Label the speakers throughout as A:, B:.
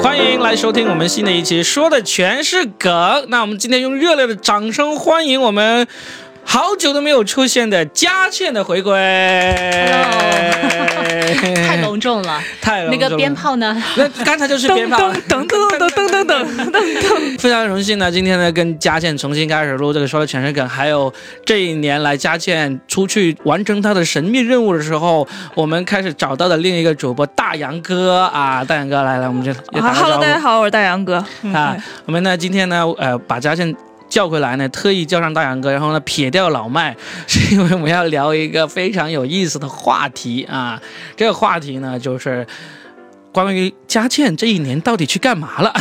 A: 欢迎来收听我们新的一期，说的全是梗。那我们今天用热烈的掌声欢迎我们好久都没有出现的佳倩的回归。
B: 太隆重了，
A: 太隆
B: 那
A: 重
B: 个鞭
A: 了
B: 炮呢？
A: 那刚才就是
B: 噔
A: 鞭炮。
B: 噔噔噔噔噔噔噔噔
A: 非常荣幸呢，今天呢跟佳倩重新开始录这个说的全是梗，还有这一年来佳倩出去完成她的神秘任务的时候，我们开始找到的另一个主播大杨哥啊，大杨哥来来，我们这也打
C: 啊
A: 个招呼。
C: ，Hello，大家好，我是大杨哥。嗯
A: 啊，我们呢今天呢，呃，把嘉倩叫回来呢，特意叫上大杨哥，然后呢撇掉老麦， 是因为我们要聊一个非常有意思的话题啊。这个话题呢，就是关于佳倩这一年到底去干嘛了，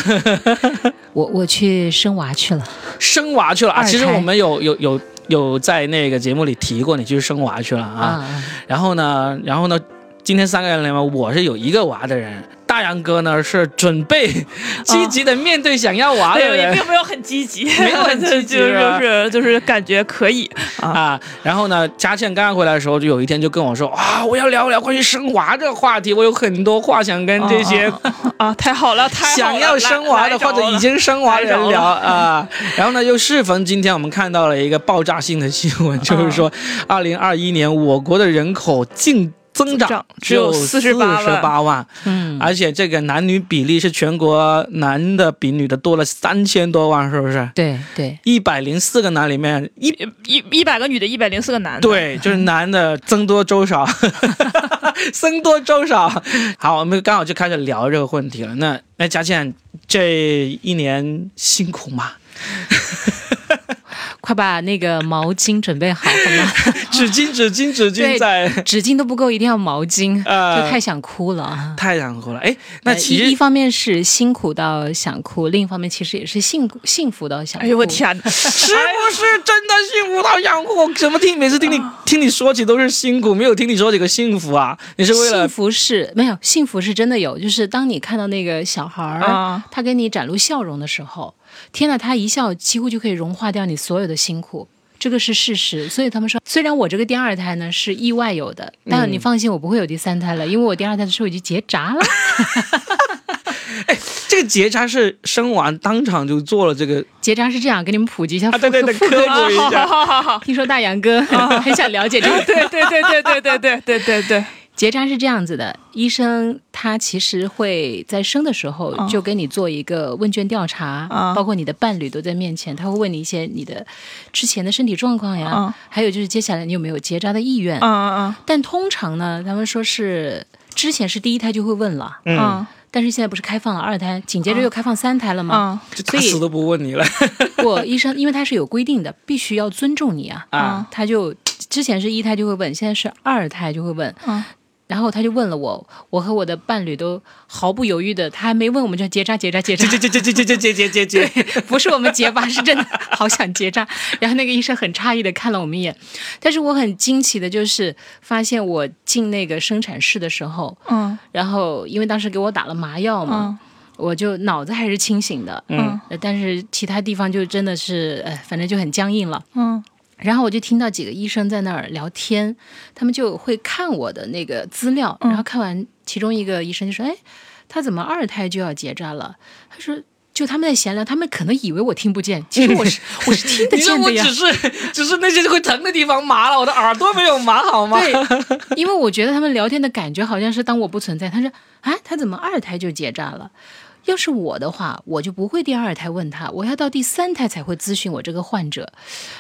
B: 我我去生娃去了，
A: 生娃去了啊。
B: 二胎
A: 其实我们有有有有在那个节目里提过，你去生娃去了啊。
B: 啊，
A: 然后呢，然后呢，今天三个人里面，我是有一个娃的人。大杨哥呢是准备 积极的面对想要
B: 哎
A: 娃的
C: 对，哦哎也
A: 人，
C: 并没有很积极，
A: 没有很积极
C: 就是
A: 吧
C: 是就是感觉可以啊。
A: 啊，然后呢，佳倩刚刚回来的时候，就有一天就跟我说啊，我要聊一聊关于生娃这个话题，我有很多话想跟这些
C: 啊啊啊，太好了，太好了
A: 想要生娃的或者已。经生娃的人聊啊。然后呢，又适逢今天我们看到了一个爆炸性的新闻，就是说，
C: 嗯
A: 二零二一年我国的人口净。增
C: 增
A: 长
C: 长只有
A: 十
C: 48万
A: 八万，
B: 嗯，
A: 而且这个男女比例是全国男的比女的多了三千多万，是不是？
B: 对对，
A: 一百零四个男里面一
C: 来着一一百个女的，一百零四个男的。，
A: 对，就是男的僧多粥少， 僧多粥少。好，我们刚好就开始聊这个问题了。那那佳倩这一年辛苦吗？
B: 快把那个毛巾准备好好吗？
A: 纸巾，纸巾，纸巾
B: 啊对
A: 在
B: 纸巾都不够，一定要毛巾，
A: 呃
B: 就太想哭了啊。
A: 太难过了。哎，那
B: 呃
A: 其
B: 一一
A: 实
B: 方面是辛苦到想哭，另一方面其实也是幸幸福到想哭。
C: 哎呦我！天哪！
A: 是不是真的幸福到养我？怎么听每次听你
B: 啊
A: 听你说起都是辛苦，没有听你说几个幸福啊？你是 为了
B: 幸福是没有，幸福是真的有，就是当你看到那个小孩儿、
C: 啊
B: 他给你展露笑容的时候，天呐，他一笑几乎就可以融化掉你所有的辛苦。这个是事实，所以他们说，虽然我这个第二胎呢是意外有的，但你放心，我不会有第三胎了，因为我第二胎的时候已经结扎了。
A: 这个结扎是生完当场就做了这个
B: 结扎是这样，给你们普及一下
A: 啊？
B: 妇
A: 对对对，
B: 妇
A: 科普一下。
C: 好好好，
B: 听说大杨哥 很想了解这个，
C: 哦 对对对对对对对对对对，
B: 结扎是这样子的，医生他其实会在生的时候
C: 哦
B: 就给你做一个问卷调查，
C: 啊
B: 包括你的伴侣都在面前，他会问你一些你的之前的身体状况呀，
C: 啊
B: 还有就是接下来你有没有结扎的意愿。
C: 嗯嗯
B: 但通常呢，他们说是之前是第一胎就会问了，
C: 嗯
A: 嗯，
C: 嗯
B: 但是现在不是开放了二胎，紧
C: 哦
B: 接着又开放三胎了吗？
C: 嗯
A: 就打
B: 所以
A: 死都不问你了
B: 我医生因为他是有规定的，必须要尊重你啊，
A: 啊！
B: 他就之前是一胎就会问，现在是二胎就会问，
C: 嗯
B: 然后他就问了我，我和我的伴侣都毫不犹豫的，他还没问我们就结扎结扎结扎，
A: 结结结结结结结结结。
B: 不是我们结巴，是真的好想结扎。然后那个医生很诧异的看了我们一眼，但是我很惊奇的就是发现我进那个生产室的时候，
C: 嗯
B: 然后因为当时给我打了麻药嘛，
C: 嗯
B: 我就脑子还是清醒的，
A: 嗯
B: 呃但是其他地方就真的是，呃，反正就很僵硬了。
C: 嗯
B: 然后我就听到几个医生在那儿聊天，他们就会看我的那个资料，
C: 嗯
B: 然后看完其中一个医生就说：“哎，他怎么二胎就要结扎了？”他说。就他们在闲聊，他们可能以为我听不见，其实我 是我是听得
A: 你说
B: 见
A: 我
B: 的呀
A: 只。是只是那些会疼的地方麻了，我的耳朵没有麻好 吗？
B: 对，因为我觉得他们聊天的感觉好像是当我不存在，他说啊，他怎么二胎就结扎了？要是我的话，我就不会第二胎问他，我要到第三胎才会咨询我这个患者。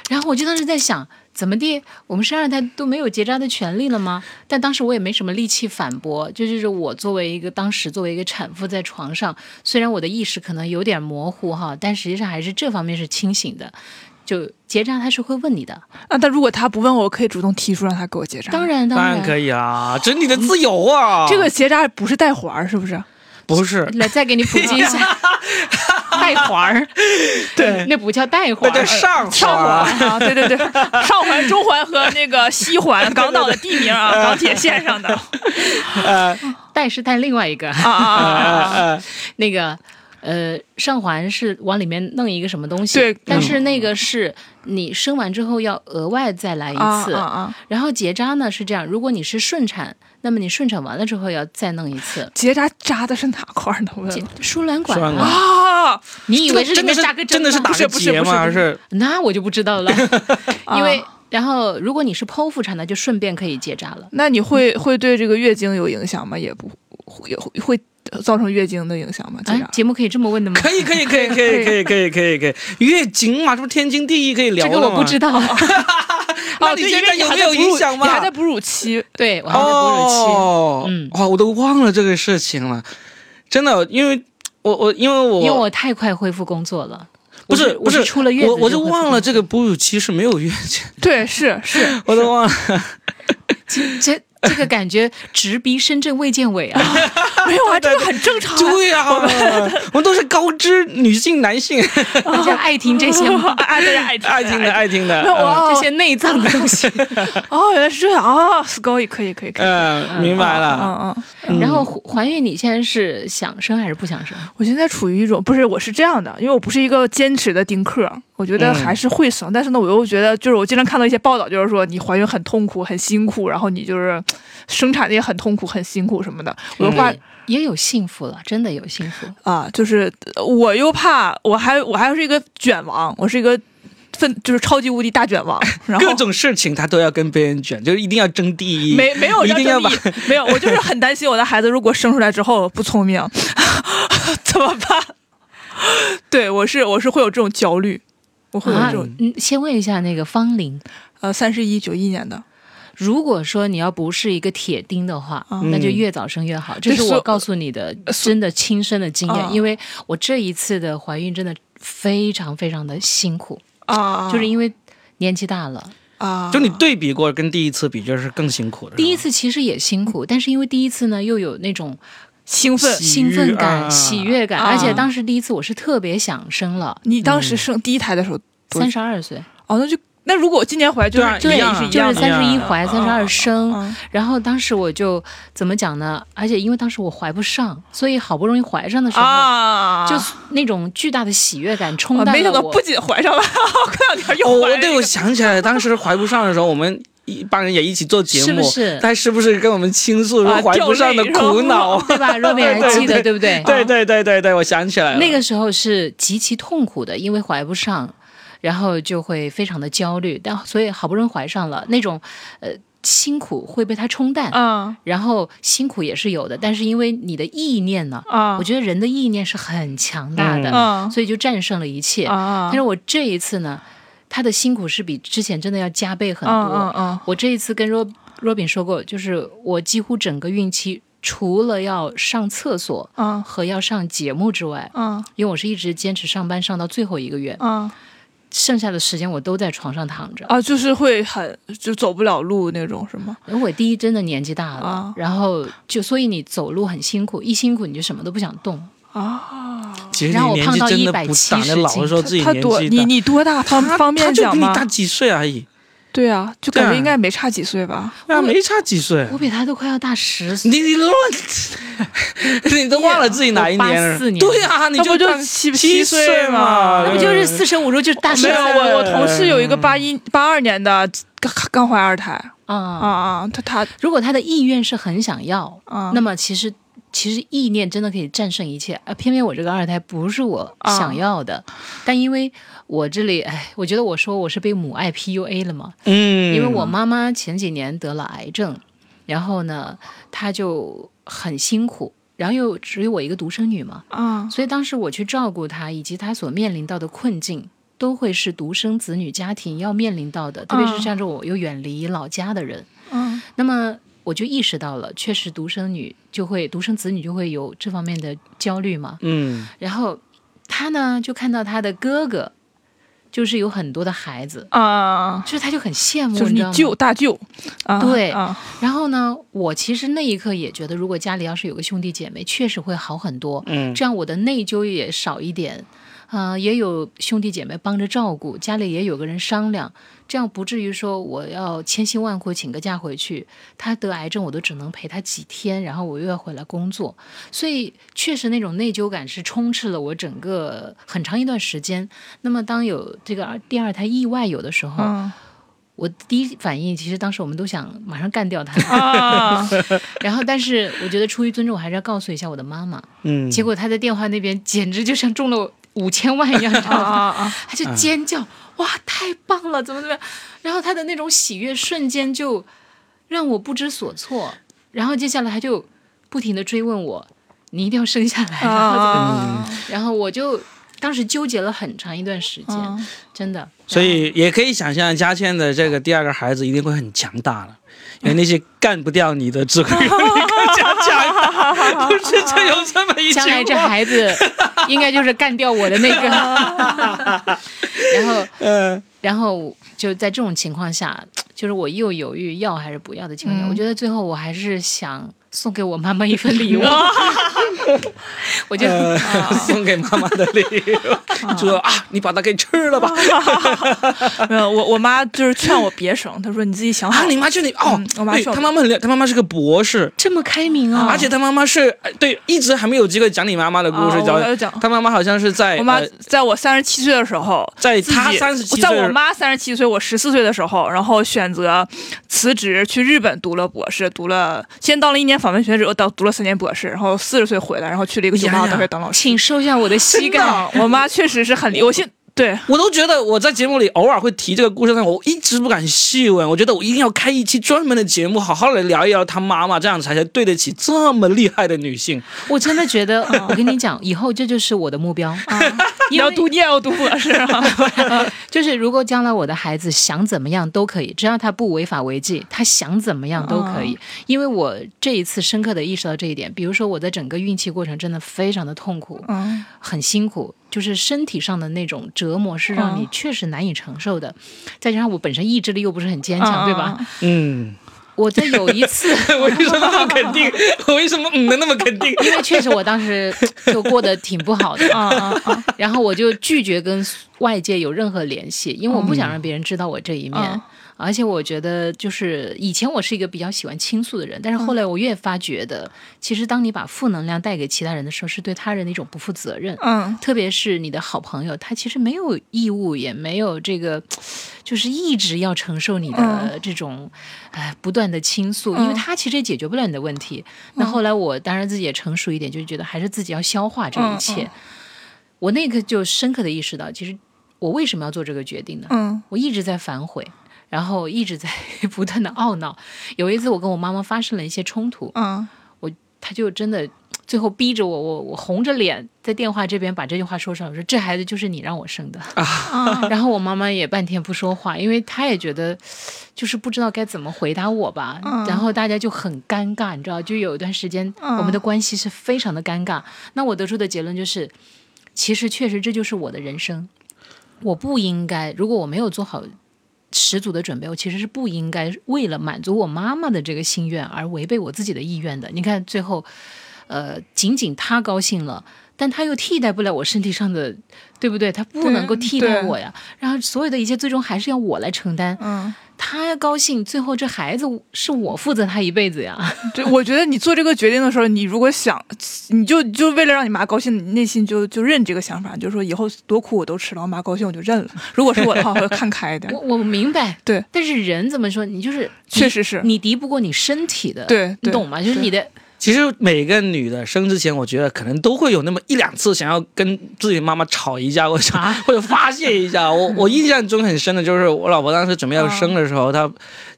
B: 然后我就当时在想，怎么的，我们生二胎都没有结扎的权利了吗？但当时我也没什么力气反驳，就就是我作为一个当时作为一个产妇在床上，虽然我的意识可能有点模糊哈，但实际上还是这方面是清醒的。就结扎他是会问你的，
C: 啊！但如果他不问我，我可以主动提出让他给我结扎。
B: 当，然当
A: 当
B: 然
A: 然可以啊，这是你的自由啊。
C: 这个结扎不是带环儿，是不是？
A: 不是
B: 来，再给你普及一下， 带环儿，
A: 对，
B: 那不叫带环
A: 那叫
B: 儿，
A: 上
C: 上
A: 啊。
C: 环啊，对对对，上环、中环和那个西环，港岛的地名啊，港铁线上的啊
A: 呃
B: 带是带另外一个
C: 啊啊
A: 呃
C: 啊啊！
A: 呃，
B: 那个。呃，上环是往里面弄一个什么东西，
C: 对
A: 嗯
B: 但是那个是你生完之后要额外再来一次，
C: 啊啊啊！
B: 然后结扎呢是这样，如果你是顺产，那么你顺产完了之后要再弄一次。
C: 结扎扎的是哪块儿呢？我问问
B: 输卵管
A: 嗯输卵管
B: 啊，
C: 啊，
B: 你以为是里
A: 真的
B: 面
A: 是
B: 扎个针
A: 真的是
B: 吗
A: 打个
C: 不是
A: 结
C: 不是
A: 吗？还
C: 不是
A: 是
B: 那我就不知道 了，因为
C: 啊
B: 然后如果你是剖腹产的，就顺便可以结扎了。
C: 那你会会对这个月经有影响吗？也不会会会造成月经的影响吗？结
B: 哎
C: 扎，
B: 节目可以这么问的吗？
A: 可以可以可以可以可以可以可以可以月经嘛，这不天经地义可以聊
B: 这
A: 的
B: 个
A: 吗？
B: 我不知道。
A: 那
C: 哦
A: 你
C: 对
A: 现
C: 因
A: 在
C: 为
A: 有没
C: 你还在
A: 有
C: 哺乳
A: 影响
C: 你还
A: 嘛
C: 在哺乳期，
B: 对，我还在哺乳
A: 哦，
B: 嗯
A: 哇，我都忘了这个事情了，真的，因为我我因为我
B: 期，因为我太快恢复工作了。
A: 不
B: 我
A: 是
B: 是
A: 不
B: 我是出了月子
A: 我我
B: 就
A: 就
B: 恢复
A: 忘
B: 工
A: 了这个哺乳期是没有月经，
C: 对，是 是，
A: 我都忘了。
B: 这 这个感觉直逼深圳卫健委啊！
C: 没有啊，这个很正常啊。
A: 对呀、我们都是高知女性、男性，
B: 大家爱听这些
A: 哦
B: 吗？
C: 啊，大家爱听
A: 爱听的，爱听的。
C: 没有
A: 嗯
B: 这
C: 哦
B: 些内脏的东西。
C: 哦，原来是这样啊，Scoy 可以可以可以，
A: 呃，明白了。
C: 嗯 嗯，
A: 嗯
B: 然后怀孕，你现在是想生还是不想生？
C: 我现在处于一种不是，我是这样的，因为我不是一个坚持的丁克，我觉得
A: 嗯
C: 还是会生，但是呢，我又觉得就是我经常看到一些报道，就是说你怀孕很痛苦、很辛苦，然后你就是生产的也很痛苦、很辛苦什么的，我
A: 嗯
C: 又怕
B: 也也有幸福了，真的有幸福。
C: 啊，就是呃我又怕，我还我还是一个卷王，我是一个奋就是超级无敌大卷王，然后
A: 各种事情他都要跟别人卷，就是一定要争第一。
C: 没没有
A: 一
C: 要
A: 定要
C: 争
A: 把
C: 议，没有，我就是很担心我的孩子如果生出来之后不聪明， 怎么办？ 对我是我是会有这种焦虑，我会有
B: 啊
C: 这种、，
B: 嗯，先问一下那个芳龄，
C: 呃三十一九一年的，
B: 如果说你要不是一个铁钉的话，
C: 嗯
B: 那就越早生越好。这是
C: 对所
B: 我
C: 以
B: 告诉你的真的亲身的经验，
C: 啊
B: 因为我这一次的怀孕真的非常非常的辛苦，
C: 啊，
B: 就是因为年纪大了。
C: 啊，
A: 就你对比过，跟第一次比，就是更辛苦的。
B: 第一
A: 次
B: 次其实也辛
C: 嗯
B: 苦，但是因为第一次呢又有那种
C: 兴
A: 嗯
C: 奋。
B: 兴奋感、喜。
A: 啊
B: 悦感，
C: 啊
B: 而且当时第一次我是特别想生了，
C: 你当
A: 嗯
C: 时生第一胎的时候，多
B: 三十二岁，
C: 哦，那就那如果我今年怀就是
A: 对啊
C: 这
A: 一
B: 对
A: 样啊，
C: 是一
B: 就
C: 样
B: 是
C: 的
A: 一
B: 三
A: 样
B: 十
A: 啊
B: 一怀、三十二生，
C: 嗯
B: 然后当时我就怎么讲呢？而且因为当时我怀不上，所以好不容易怀上的时候，
C: 啊，
B: 就那种巨大的喜悦感冲
C: 我
B: 淡
C: 没想
B: 了
C: 到
B: 我。
C: 不仅怀上了， 过两天又怀了
A: 哦，
C: 一
A: 对，
C: 个
A: 我想起来了，当时怀不上的时候，我们一帮人也一起做节目，
B: 是不是
A: 他是不是跟我们倾诉说
C: 啊
A: 怀不上的苦恼？
B: 对 吧？若美还记得对不 对？
A: 对对对对对，我想起来了。
B: 那个时候是极其痛苦的，因为怀不上，然后就会非常的焦虑。但所以好不容易怀上了，那种呃辛苦会被它冲淡，
C: 嗯
B: 然后辛苦也是有的，但是因为你的意念呢，
C: 啊
B: 我觉得人的意念是很强大的，
C: 嗯
B: 所以就战胜了一切。
C: 啊
B: 但是我这一次呢，他的辛苦是比之前真的要加倍很多。
C: 嗯嗯嗯
B: 我这一次跟若若饼说过，就是我几乎整个孕期，除了要上厕所
C: 嗯
B: 和要上节目之外，
C: 嗯
B: 因为我是一直坚持上班上到最后一个月，
C: 嗯。
B: 剩下的时间我都在床上躺着。
C: 啊，就是会很就走不了路那种，是吗？
B: 因为我第一真的年纪大了，
C: 啊
B: 然后就所以你走路很辛苦，一辛苦你就什么都不想动。
C: 啊，
A: 其实
B: 然
A: 你
B: 后我
A: 年
B: 胖
A: 纪
B: 到
A: 真的不
B: 170
A: 大，那老是说自己
C: 他
A: 年
C: 多你
A: 纪
C: 你多大方
A: 大，他
C: 方便
A: 他就
C: 讲
A: 比你
C: 吗？
A: 大几岁而已，
C: 对啊，就
A: 对
C: 感
A: 啊
C: 觉应该没差几岁吧？
A: 啊，没差几岁
B: 我。比他都快要大十岁，
A: 你你乱， 你都忘了自己哪一年
B: 我84
A: 了？
B: 年
A: 对啊，你
C: 那不就
A: 大
C: 七
A: 七
C: 岁
A: 嘛
C: 嘛？
B: 那不就是四舍五入就是大十
C: 没
B: 岁
C: 有，
A: 岁
C: 我我同事有一个八一八二年的，刚刚怀二胎
B: 啊
A: 嗯
C: 啊啊，他他
B: 如果他的意愿是很想要，
C: 啊，
B: 那么其实其实意念真的可以战胜一切。而啊偏偏我这个二胎不是我想要的，但因为我这里，哎，我觉得我说我是被母爱 PUA 了嘛，
A: 嗯，
B: 因为我妈妈前几年得了癌症，然后呢，她就很辛苦，然后又只有我一个独生女嘛，
C: 啊
B: 所以当时我去照顾她，以及她所面临到的困境。都会是独生子女家庭要面临到的，特别是像这种我又远离老家的人，
C: 嗯
B: 那么我就意识到了，确实独生女就会独生子女就会有这方面的焦虑嘛。
A: 嗯
B: 然后他呢就看到他的哥哥，就是有很多的孩子，
C: 啊，
B: 就是他就很羡慕，
C: 就是
B: 你
C: 你
B: 知道吗
C: 舅大舅啊，
B: 对
C: 啊
B: 然后呢，我其实那一刻也觉得，如果家里要是有个兄弟姐妹，确实会好很多，
A: 嗯
B: 这样我的内疚也少一点。呃，也有兄弟姐妹帮着照顾，家里也有个人商量，这样不至于说我要千辛万苦请个假回去，他得癌症我都只能陪他几天，然后我又要回来工作，所以确实那种内疚感是充斥了我整个很长一段时间。那么当有这个二第二胎意外有的时候，
C: 嗯
B: 我第一反应其实当时我们都想马上干掉他，
C: 啊，
B: 然后但是我觉得出于尊重，我还是要告诉一下我的妈妈。
A: 嗯，
B: 结果他在电话那边简直就像中了五千万一样，你知
C: 啊
B: 道吗？
C: 啊啊！
B: 他就尖叫，哇，太棒了，怎么怎么样？然后他的那种喜悦瞬间就让我不知所措。然后接下来他就不停的追问我，你一定要生下来，然后怎么样？
C: 啊
B: 然后我就当时纠结了很长一段时间，
C: 啊
B: 真的。
A: 所以也可以想象，佳倩的这个第二个孩子一定会很强大了，
B: 哎
A: 因为那些干不掉你的，只会让你更加强大。 不是，这有这么一句
B: 将来这
A: 话。
B: 孩子应该就是干掉我的那 个。 然后，
A: 嗯
B: 然后就在这种情况下，就是我又犹豫要还是不要的情况下，
C: 嗯
B: 我觉得最后我还是想送给我妈妈一份礼物。
C: 嗯
B: 我就、
A: 呃， 送给妈妈的礼 物，就说啊，你把它给吃了吧。
C: 没有，嗯我我妈就是劝我别生，她说你自己想好
A: 啊，。你妈劝你哦
C: 嗯，我妈
A: 对
C: 劝我
A: 她妈妈很厉害，她妈妈是个博士，
B: 这么开明啊！
A: 而且她妈妈是呃对，一直还没有机会讲你妈妈的故事，
C: 啊我要
A: 讲
C: 讲
A: 她妈妈好像是在
C: 我妈
A: 呃
C: 在我三十七岁的时候，
A: 在
C: 自己
A: 她三十七岁
C: 在
A: 的时
C: 我
A: 候，
C: 妈三十七岁，我十四岁的时候，然后选择辞职去日本读了博士，读了先当了一年访问学者，到读了三年博士，然后四十岁回来，然后去了一个九
A: 哎
C: 八
A: 呀
C: 大学当老师。
B: 请收下我的膝
C: 真
B: 盖。
C: 的，我妈确实是很
A: 哦
C: 厉害。我现对
A: 我都觉得我在节目里偶尔会提这个故事，但我一直不敢细问。我觉得我一定要开一期专门的节目，好好的聊一聊她妈妈，这样才才对得起这么厉害的女性。
B: 我真的觉 得，我跟你讲，以后这就是我的目标。
C: 嗯你要读，你也
A: 哦
C: 要读博士啊。
B: 就是如果将来我的孩子想怎么样都可以，只要他不违法违纪，他想怎么样都可
C: 嗯
B: 以。因为我这一次深刻的意识到这一点，比如说我在整个孕期过程真的非常的痛苦，
C: 嗯
B: 很辛苦，就是身体上的那种折磨是让你
C: 嗯
B: 确实难以承受的。再加上我本身意志力又不是很坚
C: 嗯
B: 强，对吧？
A: 嗯，
B: 我在有一次，
A: 我为什么那么肯定？ 我为什么嗯的那么肯定？
B: 因为确实我当时就过得挺不好的，
C: 啊啊啊！
B: 然后我就拒绝跟外界有任何联系，因为我不想让别人知道我这一面。
C: 嗯
B: 而且我觉得，就是以前我是一个比较喜欢倾诉的人，但是后
C: 嗯
B: 来我越发觉得，其实当你把负能量带给其他人的时候，是对他人的一种不负责任。
C: 嗯
B: 特别是你的好朋友，他其实没有义务，也没有这个，就是一直要承受你的
C: 嗯
B: 这种，哎、不断的倾诉，
C: 嗯
B: 因为他其实也解决不了你的问题。那后来我当然自己也成熟一点，就觉得还是自己要消化这一切。
C: 嗯
B: 我那个就深刻的意识到，其实我为什么要做这个决定呢？
C: 嗯
B: 我一直在反悔。然后一直在 不断的懊恼。有一次，我跟我妈妈发生了一些冲突，
C: 嗯
B: 他就真的最后逼着我，我我红着脸在电话这边把这句话说出来，我说这孩子就是你让我生的。
C: 啊
B: 然后我妈妈也半天不说话，因为她也觉得就是不知道该怎么回答我吧。
C: 嗯
B: 然后大家就很尴尬，你知道，就有一段时间
C: 嗯
B: 我们的关系是非常的尴尬。那我得出的结论就是，其实确实这就是我的人生，我不应该，如果我没有做好。十足的准备，我其实是不应该为了满足我妈妈的这个心愿而违背我自己的意愿的。你看，最后，呃，仅仅她高兴了，但她又替代不了我身体上的，对不对？她不
C: 对
B: 能够替代
C: 对
B: 我呀。然后所有的一切最终还是要我来承担。
C: 嗯，
B: 她高兴，最后这孩子是我负责她一辈子呀。
C: 对，我觉得你做这个决定的时候，你如果想，你就就为了让你妈高兴，你内心就就认这个想法，就是说以后多苦我都吃了，我妈高兴我就认了。如果是我的话，我会看开一点
B: 我。我明白，
C: 对。
B: 但是人怎么说？你就是
C: 确实是
B: 你你敌不过你身体的，
C: 对
B: 你
C: 对
B: 懂吗？就是
C: 对
B: 你的
A: 其实每个女的生之前，我觉得可能都会有那么一两次想要跟自己妈妈吵一架，或者、
B: 啊
A: 或者发泄一下。我我印象中很深的就是我老婆当时准备要生的时候，她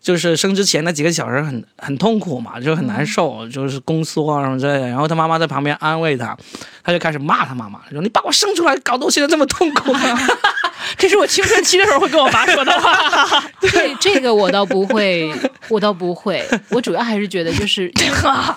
A: 就是生之前那几个小时很很痛苦嘛，就很难受，就是宫缩啊什么之类的。然后她妈妈在旁边安慰她，她就开始骂她妈妈，说你把我生出来，搞得我现在这么痛苦。
C: 这是我青春期的时候会跟我妈说的话。
B: 这这个我倒不会，我倒不会。我主要还是觉得 就是啊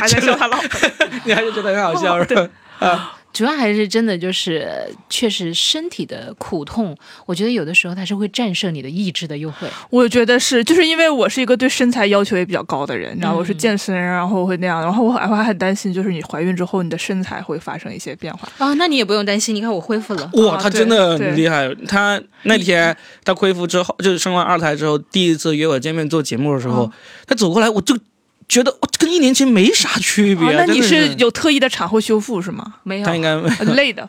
C: 还在笑他老婆。
A: 你还是觉得很好笑是吧？
B: 主要还是真的就是，确实身体的苦痛，我觉得有的时候它是会战胜你的意志的诱惑。
C: 我觉得是，就是因为我是一个对身材要求也比较高的人，你知道，我是健身，啊然后会那样，然后我还我还很担心，就是你怀孕之后你的身材会发生一些变化。
B: 啊、那你也不用担心，你看我恢复了。
A: 哇，
C: 啊
A: 她
C: 对
A: 真的
C: 对
A: 很厉害。 她那天她恢复之后，就是生完二胎之后，第一次约我见面做节目的时
C: 嗯
A: 候，她走过来，我就觉得我跟一年前没啥区别。
C: 啊，那
A: 真
C: 你
A: 的
C: 是
A: 是
C: 有特意的产后修复是 吗？
B: 没
A: 她应该
C: 呃累的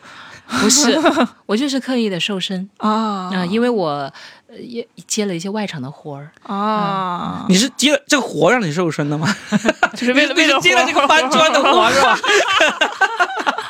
B: 不是，我就是刻意的瘦身
C: 啊
B: 啊、因为我呃也接了一些外场的活儿。
C: 啊，
A: 你是接了这个活让你瘦身的吗？
C: 就是为了为了
A: 你是接了这个搬砖的活是吧？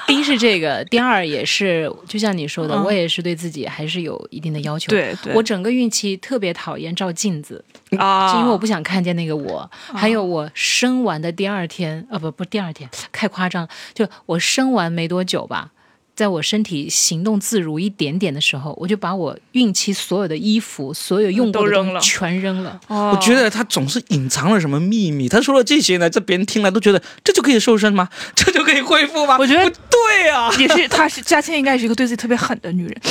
B: 第一是这个，第二也是，就像你说的，
C: 嗯
B: 我也是对自己还是有一定的要求。，
C: 对对，
B: 我整个孕期特别讨厌照镜子，
C: 啊，
B: 是因为我不想看见那个我。还有我生完的第二天，啊不不，第二天太夸张了，就我生完没多久吧。在我身体行动自如一点点的时候，我就把我孕期所有的衣服、所有用过的
C: 嗯都扔
B: 东西
C: 了
B: 全扔了。
C: 哦，
A: 我觉得他总是隐藏了什么秘密。他说了这些呢，这别人听了都觉得这就可以瘦身吗？这就可以恢复吗？
C: 我觉
A: 不
C: 得
A: 对 啊，
C: 哦也是，她是佳倩，应该是一个对自己特别狠的女 人。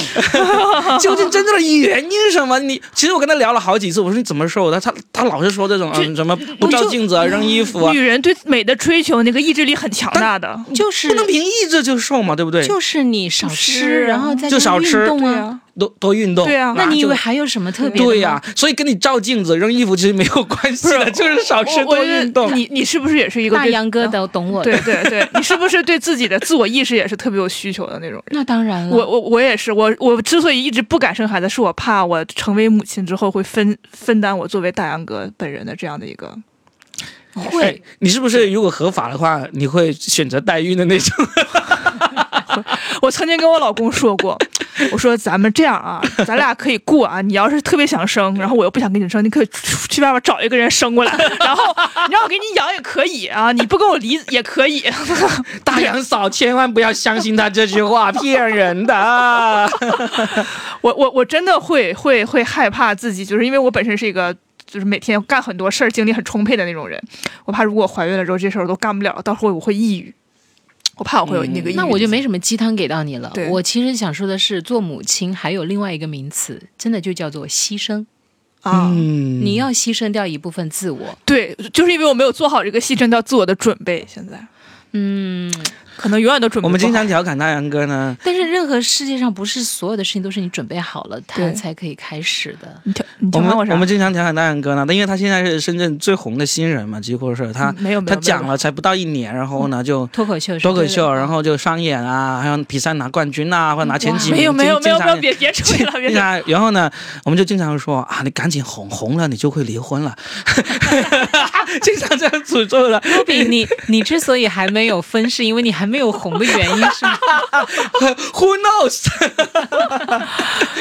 A: 究竟真正的原因是什么？你其实我跟他聊了好几次，我说你怎么瘦的？他他他老是说这种
C: 就
A: 嗯什么不照
C: 就
A: 镜 子啊，扔衣服啊
C: 女，人对美的追求，那个意志力很强大的。
B: 就是
A: 不能凭意志就瘦嘛，对不对？
B: 就是你少
C: 不
B: 吃，
C: 是啊
B: 然后再
A: 就少
B: 多
A: 吃
B: 运动
C: 对
B: 啊。
C: 啊，
A: 多多运动。
C: 对啊
B: 那你以
A: 就
B: 为还有什么特别的吗？
A: 对呀、所以跟你照镜子、扔衣服其实没有关系的，
C: 不是
A: 就是少吃
C: 我
A: 多
C: 啊我觉得
A: 运动。哎
C: 你你是不是也是一个
B: 大
C: 对
B: 杨哥都懂我的。
C: 对对对，你是不是对自己的自我意识也是特别有需求的那种人？
B: 那当然了，
C: 我我我也是，我我之所以一直不敢生孩子，是我怕我成为母亲之后会分分担我作为大杨哥本人的这样的一个。
A: 哎
B: 会，
A: 你是不是如果合法的话，你会选择代孕的那种？
C: 我曾经跟我老公说过，我说咱们这样啊，咱俩可以过啊，你要是特别想生，然后我又不想跟你生，你可以去去外边找一个人生过来， 然后你让我给你养也可以啊，你不跟我离也可以。
A: 大杨嫂千万不要相信他这句话，骗人
C: 啊
A: 的。
C: 我我我真的会会会害怕自己，就是因为我本身是一个。就是每天干很多事儿，精力很充沛的那种人，我怕如果我怀孕了之后，这事儿我都干不了，到时候我会抑郁，我怕我会有那个抑
B: 嗯
C: 郁、
B: 那我就没什么鸡汤给到你了
C: 对。
B: 我其实想说的是，做母亲还有另外一个名词，真的就叫做牺牲。
C: 啊，
A: 嗯
B: 你要牺牲掉一部分自我。
C: 对，就是因为我没有做好这个牺牲到自我的准备，现在
B: 嗯，
C: 可能永远都准备不好。
A: 我们经常调侃大杨哥呢，
B: 但是任何世界上不是所有的事情都是你准备好了，它
C: 对
B: 才可以开始的。
C: 你调你
A: 我
C: 调
A: 们
C: 侃我啥？
A: 我们经常调侃大杨哥呢，但因为他现在是深圳最红的新人嘛，几乎是他、
C: 嗯没有没有嗯
A: 他讲了才不到一年，然后呢就。
B: 脱口秀是
A: 脱口
B: 对的
A: 秀，然后就商演啊，还有比赛拿冠军啊，或者拿前几名。
C: 嗯没有没有没
A: 经
C: 有
A: 常
C: 没有，别别吹了，别
A: 经
C: 吹了。
A: 常，然后呢，我们就经常说啊，你赶紧红红了，你就会离婚了， 经常这样诅咒了。
B: 多比， 你你之所以还没有分，是因为你还没有红的原因是吗？
A: Who knows？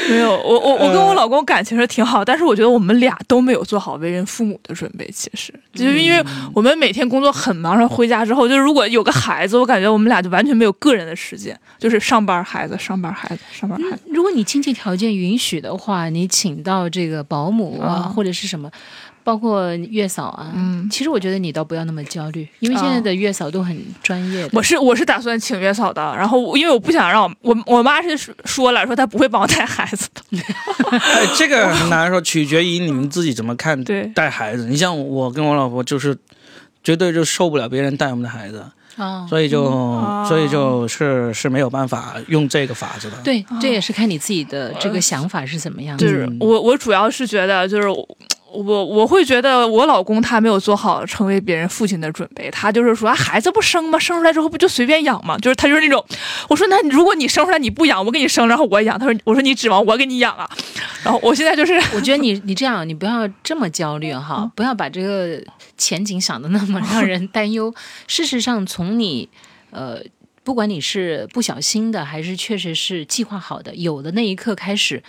C: 没有，我我我跟我老公感情是挺好，但是我觉得我们俩都没有做好为人父母的准备。其实，就是因为我们每天工作很忙，然后回家之后，就是如果有个孩子，我感觉我们俩就完全没有个人的时间，就是上班孩子，上班孩子，上班孩子。
B: 如果你经济条件允许的话，你请到这个保姆啊，
C: 啊
B: 或者是什么，包括月嫂啊。
C: 嗯，
B: 其实我觉得你倒不要那么焦虑，因为现在的月嫂都很专业的。
C: 我是我是打算请月嫂的，然后我因为我不想让我我我妈是说说了，说她不会帮我带孩子的。
A: 哎，这个很难说，取决于你们自己怎么看
C: 对
A: 带孩子。你像我跟我老婆就是。绝对就受不了别人带我们的孩子，
B: 啊，
A: 所以就、
C: 哦
A: 所以就是是没有办法用这个法子的。
B: 对，这也是看你自己的这个想法是怎么样
C: 就
B: 的。
C: 是我我主要是觉得就是我。我我会觉得我老公他没有做好成为别人父亲的准备，他就是说啊孩子不生吗？生出来之后不就随便养吗？就是他就是那种，我说那你如果你生出来你不养，我给你生，然后我养，他说我说你指望我给你养啊，然后我现在就是
B: 我觉得你你这样，你不要这么焦虑哈，不要把这个前景想的那么让人担忧。事实上，从你呃，不管你是不小心的，还是确实是计划好的，有的那一刻开始，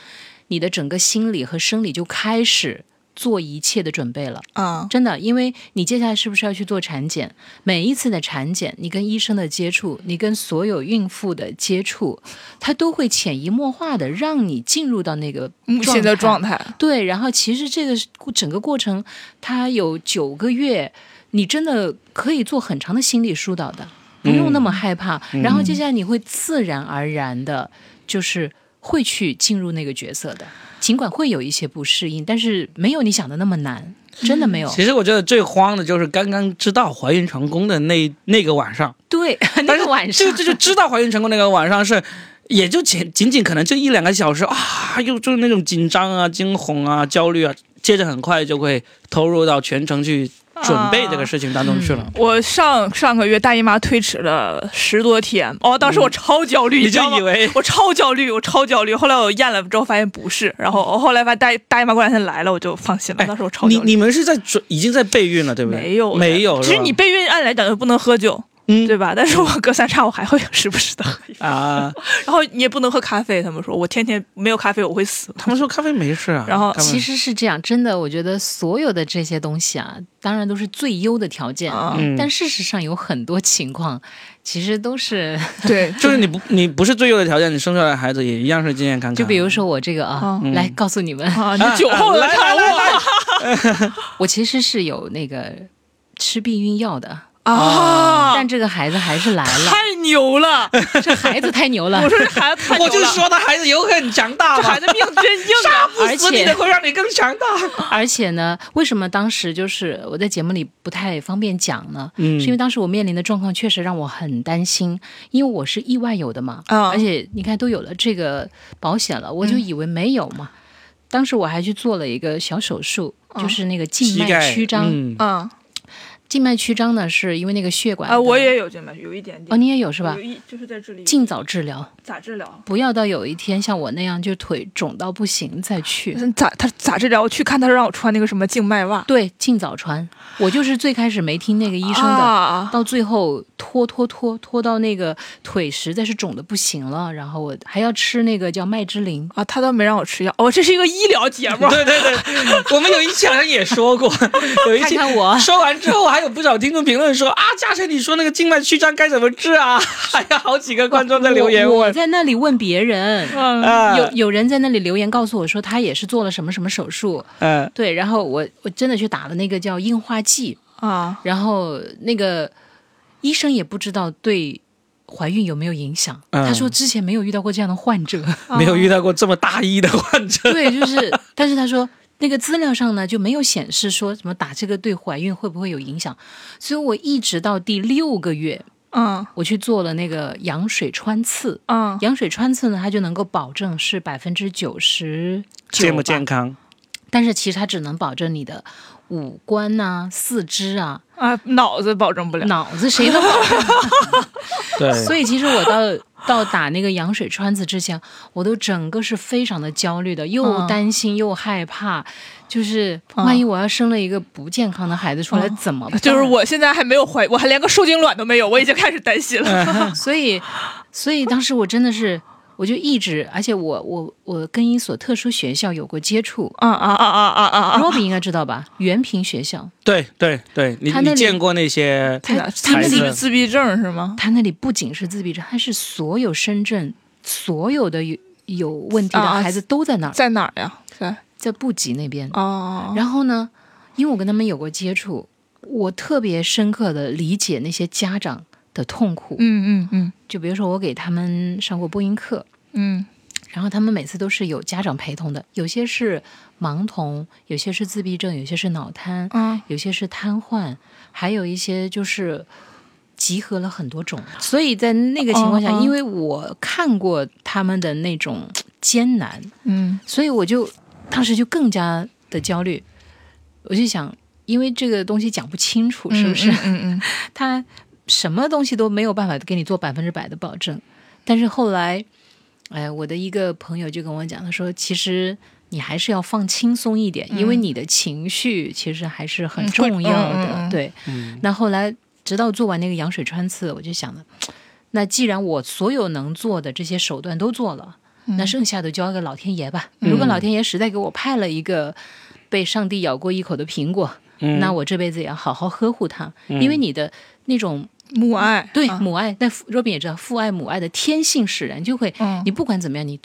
B: 你的整个心理和生理就开始。做一切的准备了，
C: 啊
B: 真的，因为你接下来是不是要去做产检？每一次的产检，你跟医生的接触，你跟所有孕妇的接触，它都会潜移默化的让你进入到那个
C: 母亲的
B: 状态
C: 状态，
B: 对，然后其实这个是整个过程，它有九个月，你真的可以做很长的心理疏导的，不用那么害怕。然后接下来你会自然而然的，就是会去进入那个角色的，尽管会有一些不适应，但是没有你想的那么难，真的没有。
A: 其实我觉得最慌的就是刚刚知道怀孕成功的那那个晚上，
B: 对，那
A: 但是
B: 个晚
A: 这
B: 上
A: 个这就知道怀孕成功那个晚上是，也就仅仅仅可能就一两个小时啊，又就是那种紧张啊、惊恐啊、焦虑啊，接着很快就会投入到全程去准备这个事情当中去了。
C: 我上上个月大姨妈推迟了十多天，哦，当时我超焦虑，
A: 你
C: 你知道
A: 就
C: 吗
A: 以？为
C: 我超焦虑，我超焦虑。后来我验了之后发现不是，然后我后来发现大大姨妈过两天来了，我就放心了。当时我超
A: 哎你
C: 焦虑。
A: 你们是在准已经在备孕了，对不对？
C: 没有的
A: 没有。
C: 其
A: 是
C: 实
A: 吧
C: 你备孕按来讲就不能喝酒，
A: 嗯
C: 对吧？但是我隔三差五还会时不时的喝一点，
A: 啊，
C: 然后你也不能喝咖啡。他们说我天天没有咖啡我会死。
A: 他们说咖啡没事啊。
C: 然后
A: 他们
B: 其实是这样，真的，我觉得所有的这些东西啊，当然都是最优的条件，
C: 啊，
A: 嗯
B: 但事实上有很多情况，其实都是，
C: 对，
A: 就是你不你不是最优的条件，你生出来的孩子也一样是健健康康。
B: 就比如说我这个啊，
A: 嗯
B: 来告诉你们，
C: 啊，你酒后
A: 啊
C: 了
A: 来
C: 产物
B: 我其实是有那个吃避孕药的，
C: 啊，
B: 但这个孩子还是来了，
C: 太 牛了！
B: 这孩子太牛了
C: 我。说这孩子太牛
A: 我
C: 了，
A: 就说他孩子有很强大
C: 这
A: 嘛
C: 孩，子命真硬啊！
A: 不死你
B: 而且
A: 的会让你更强大。
B: 而且呢，为什么当时就是我在节目里不太方便讲呢？
A: 嗯
B: 是因为当时我面临的状况确实让我很担心，因为我是意外有的嘛，
C: 啊
B: 而且你看都有了这个保险了，我就以为没有嘛。当时我还去做了一个小手术，就是那个静
A: 膝盖
B: 脉曲张。
A: 嗯
C: 啊嗯
B: 静脉曲张呢，是因为那个血管
C: 啊，我
B: 的
C: 也有静脉，有一点点
B: 哦，你也有是吧
C: 有？一就是在这里
B: 尽早治疗，
C: 咋治疗？啊
B: 不要到有一天像我那样就腿肿到不行再去。
C: 咋他咋治疗？我去看他让我穿那个什么静脉袜，
B: 对，尽早穿。我就是最开始没听那个医生的，
C: 啊
B: 到最后拖拖拖拖到那个腿实在是肿的不行了，然后我还要吃那个叫麦芝灵。
C: 啊，他倒没让我吃药。哦，这是一个医疗节目，
A: 对对对，我们有一期好像也说过，有一
B: 看
A: 期
B: 看我，
A: 说完之后，还有不少听众评论说啊，嘉诚，你说那个静脉曲张该怎么治啊？还有好几个观众在留言
B: 我我
A: 问，
B: 在那里问别人，
C: 嗯
A: 啊，
B: 有有人在那里留言告诉我说他也是做了什么什么手术，
A: 嗯
B: 对，然后我我真的去打了那个叫硬化剂，
C: 啊，
B: 然后那个医生也不知道对。怀孕有没有影响？
A: 嗯
B: 他说之前没有遇到过这样的患者，
C: 啊
A: 没
C: 嗯
A: 有遇到过这么大意的患者。
B: 对，就是，但是他说那个资料上呢就没有显示说什么打这个对怀孕会不会有影响，所以我一直到第六个月，
C: 嗯
B: 我去做了那个羊水穿刺，
C: 嗯
B: 羊水穿刺呢它就能够保证是百分之九十
A: 健不健
B: 康，
A: 康？
B: 但是其实它只能保证你的五官呐、四肢啊、
C: 啊，脑子保证不了。
B: 脑子谁都保证
A: 对，
B: 所以其实我到到打那个羊水穿子之前，我都整个是非常的焦虑的，又
C: 嗯
B: 担心又害怕，就是
C: 嗯
B: 万一我要生了一个不健康的孩子出来
C: 嗯
B: 怎么办？
C: 就是，我现在还没有怀，我还连个受精卵都没有，我已经开始担心了。
B: 所以所以当时我真的是，我就一直，而且我我我跟一所特殊学校有过接触。
C: 啊啊啊啊啊啊！
B: Robin 应该知道吧？原平学校，
A: 对对对，你
B: 他
A: 你
B: 那里
A: 见过那些？
C: 天哪，
B: 他
A: 们
C: 自
A: 那
C: 闭自闭症是吗？
B: 它那里不仅是自闭症，它是所有深圳所有的有有问题的
C: 啊
B: 孩子都在那儿，
C: 在哪儿呀？在
B: 在布吉那边。
C: 哦，
B: 然后呢，因为我跟他们有过接触，我特别深刻的理解那些家长的痛苦。
C: 嗯嗯嗯
B: 就比如说，我给他们上过播音课，
C: 嗯
B: 然后他们每次都是有家长陪同的，有些是盲童，有些是自闭症，有些是脑瘫，
C: 嗯
B: 有些是瘫痪，还有一些就是。集合了很多种，嗯所以在那个情况下，
C: 哦哦
B: 因为我看过他们的那种艰难，
C: 嗯
B: 所以我就当时就更加的焦虑，我就想，因为这个东西讲不清楚，是不是？
C: 嗯嗯
B: 他什么东西都没有办法给你做百分之百的保证。但是后来，哎，我的一个朋友就跟我讲，他说，其实你还是要放轻松一点，因为你的情绪其实还是很重要
C: 嗯嗯会
B: 的。
C: 嗯嗯嗯
B: 对，
A: 嗯
B: 那后来直到做完那个羊水穿刺，我就想了，那既然我所有能做的这些手段都做了，
A: 嗯
C: 嗯
B: 那剩下的交给老天爷吧。如果老天爷实在给我派了一个被上帝咬过一口的苹果，
A: 嗯
B: 那我这辈子也要好好呵护它，因为你的那种
C: 母爱
B: 对
C: 啊
B: 母爱，但若饼也知道，父爱母爱的天性使然，就会、
C: 嗯
B: 你不管怎么样，你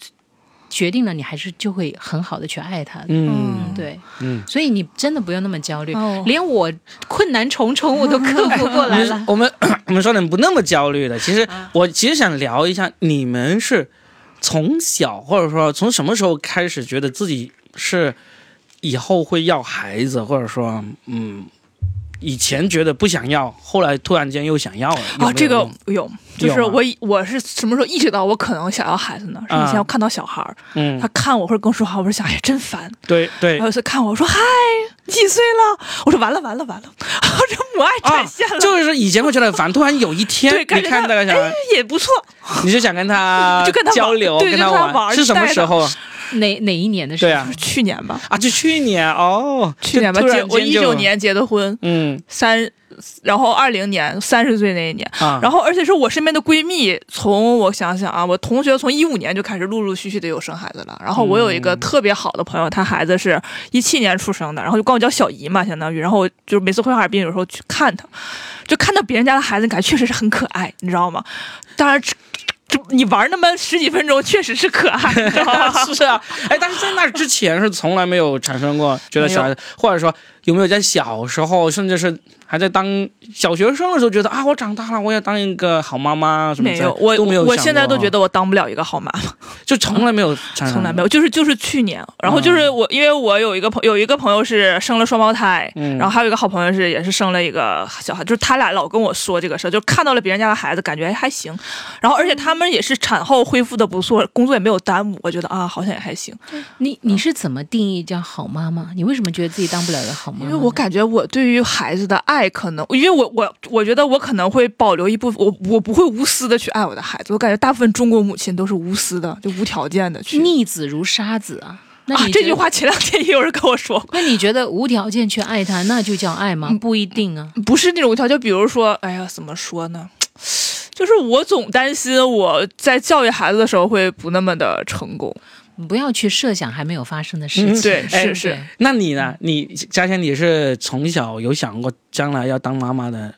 B: 决定了，你还是就会很好的去爱他的。
A: 嗯
B: 对，
A: 嗯，
B: 所以你真的不用那么焦虑，
C: 哦
B: 连我困难重重我都克服过
A: 我
B: 来了
A: 们。我们 我们说点不那么焦虑的。其实
C: 啊
A: 我其实想聊一下，你们是从小或者说从什么时候开始觉得自己是以后会要孩子，或者说嗯以前觉得不想要，后来突然间又想要了有没
C: 啊，
A: 有
C: 这个
A: 用
C: 有，就是
A: 有吗
C: 我以我是什么时候意识到我可能想要孩子呢？是以前
A: 啊
C: 我看到小孩儿，
A: 嗯
C: 他，看我或者跟我说话，我就想，哎，真烦。
A: 对对
C: 还有一次看我说，嗨，你几岁了？我说完了完了完了， 我这母爱
A: 啊
C: 展现了，，
A: 就是以前会觉得很烦，突然有 一天
C: 对，
A: 你
C: 感觉
A: 看
C: 到
A: 到个小孩
C: 哎，也不错，
A: 你就想跟他
C: 就跟他玩
A: 交流，
C: 对
A: 跟
C: 就跟他
A: 玩，
C: 玩
A: 是什么时候啊？
B: 哪哪一年的事？
A: 对啊，
C: 去年吧，
A: 啊，就去年哦，
C: 去年吧，
A: 就突
C: 结
A: 然
C: 我
A: 间
C: 一
A: 就
C: 九，年结的婚，
A: 嗯
C: 三，然后二零年三十岁那一年。
A: 啊，
C: 然后，而且是我身边的闺蜜，从我想想啊，我同学从一五年就开始陆陆续续的有生孩子了。然后我有一
A: 嗯
C: 个特别好的朋友，她孩子是一七年出生的，然后就管我叫小姨嘛，相当于。然后我就每次回哈尔滨，有时候去看她，就看到别人家的孩子，感觉确实是很可爱，你知道吗？当然，这这这你玩那么十几分钟，确实是可爱，你知道 吗？
A: 是啊，哎，但是在那之前是从来没有产生过觉得小孩子，或者说有没有在小时候，甚至是还在当小学生的时候，觉得啊，我长大了，我要当一个好妈妈什么
C: 没
A: 之类的
C: 有，我
A: 都没有想过啊
C: 我现在都觉得我当不了一个好妈妈，
A: 就从来没有产
B: 嗯
A: 生，
C: 从来没有，就是就是去年，然后就是我，因为我有一个朋有一个朋友是生了双胞胎，
A: 嗯
C: 然后还有一个好朋友是也是生了一个小孩，就是他俩老跟我说这个事儿，就看到了别人家的孩子，感觉哎还行，然后而且他们也是产后恢复的不错，工作也没有耽误，我觉得啊好像也还行，
B: 你你是怎么定义叫好妈妈？你为什么觉得自己当不了一个好妈妈
C: 因
B: 呢？
C: 为我感觉我对于孩子的爱可能，因为我我我觉得我可能会保留一部分，我我不会无私的去爱我的孩子，我感觉大部分中国母亲都是无私的，就无条件的去。
B: 逆子如杀子啊。那
C: 啊
B: 你，
C: 这
B: 觉
C: 句
B: 得，
C: 话前两天也有人跟我说过。
B: 那你觉得无条件去爱他，那就叫爱
C: 嗯
B: 吗？不一定啊。
C: 不是那种条件，比如说，哎呀，怎么说呢？就是我总担心我在教育孩子的时候会不那么的成功。
B: 你不要去设想还没有发生的事
A: 嗯
B: 情。
C: 对
B: 对
C: 是
B: 不
C: 是
B: 对
A: 那你呢？你嘉轩，你是从小有想过将来要当妈妈的？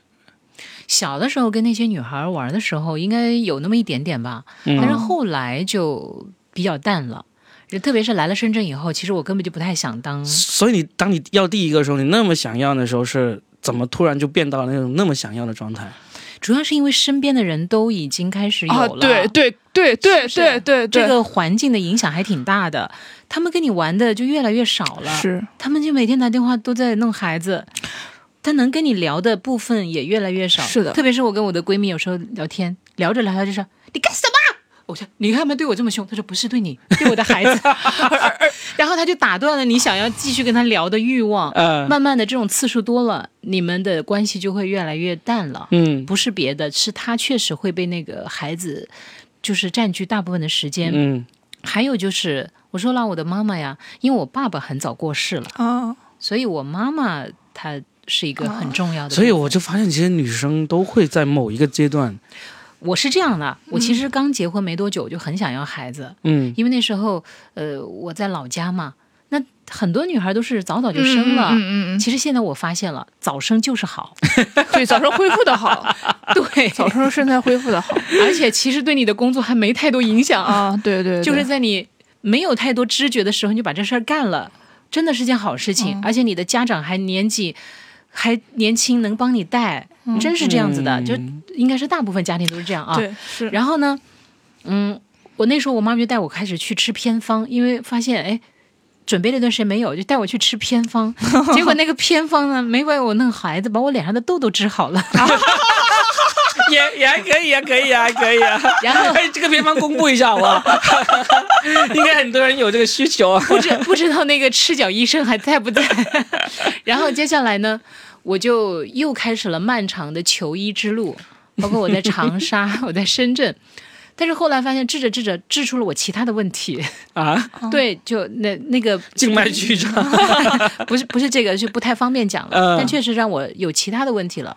B: 小的时候跟那些女孩玩的时候，应该有那么一点点吧，但是
A: 嗯，
B: 后来就比较淡了。特别是来了深圳以后，其实我根本就不太想当。
A: 所以你当你要第一个的时候，你那么想要的时候是。怎么突然就变到了那种那么想要的状态？
B: 主要是因为身边的人都已经开始有了，
C: 啊，对对对对
B: 是
C: 对对对，
B: 这个环境的影响还挺大的。他们跟你玩的就越来越少了，
C: 是
B: 他们就每天打电话都在弄孩子，他能跟你聊的部分也越来越少。
C: 是的
B: 特别是我跟我的闺蜜有时候聊天，聊着聊着就说：“你干什么？”我说：“你干嘛对我这么凶？”她说：“不是对你，对我的孩子。” 然后她就打断了你想要继续跟她聊的欲
C: 哦
B: 望。
A: 呃，
B: 慢慢的，这种次数多了，你们的关系就会越来越淡了。
A: 嗯
B: 不是别的，是她确实会被那个孩子，就是占据大部分的时间。
A: 嗯，
B: 还有就是，我说了，我的妈妈呀，因为我爸爸很早过世了。
C: 啊，
B: 所以我妈妈她是一个很重要的部分、
A: 所以我就发现，其实女生都会在某一个阶段，
B: 我是这样的，我其实刚结婚没多久我就很想要孩子，
A: 嗯，
B: 因为那时候呃我在老家嘛，那很多女孩都是早早就生了。
C: 嗯嗯嗯
B: 其实现在我发现了，早生就是 好，
C: 嗯，对，早生恢复 的好，
B: 对，
C: 早生身材恢复的好
B: 而且其实对你的工作还没太多影响，
C: 啊，对对，对
B: 就是在你没有太多知觉的时候，你就把这事儿干了，真的是件好事情。而且你的家长还年纪还年轻，能帮你带，真是这样子的，
A: 嗯
B: 就应该是大部分家庭都是这样啊。
C: 对是，
B: 然后呢，嗯，我那时候我妈就带我开始去吃偏方，因为发现哎。准备了一段时间没有，就带我去吃偏方，结果那个偏方呢，没把我弄孩子，把我脸上的痘痘治好了。
A: 也也还可以啊，可以啊，可以啊。
B: 然后
A: 哎，这个偏方公布一下好 不好？应该很多人有这个需求啊。
B: 不知不知道那个赤脚医生还在不在。 然后接下来呢，我就又开始了漫长的求医之路，包括我在长沙， 我在深圳。但是后来发现治着治着治出了我其他的问题，
A: 啊，
B: 对，就那那个
A: 静脉曲张，
B: 不是不是这个，就不太方便讲了。
A: 嗯哦
B: 但确实让我有其他的问题了。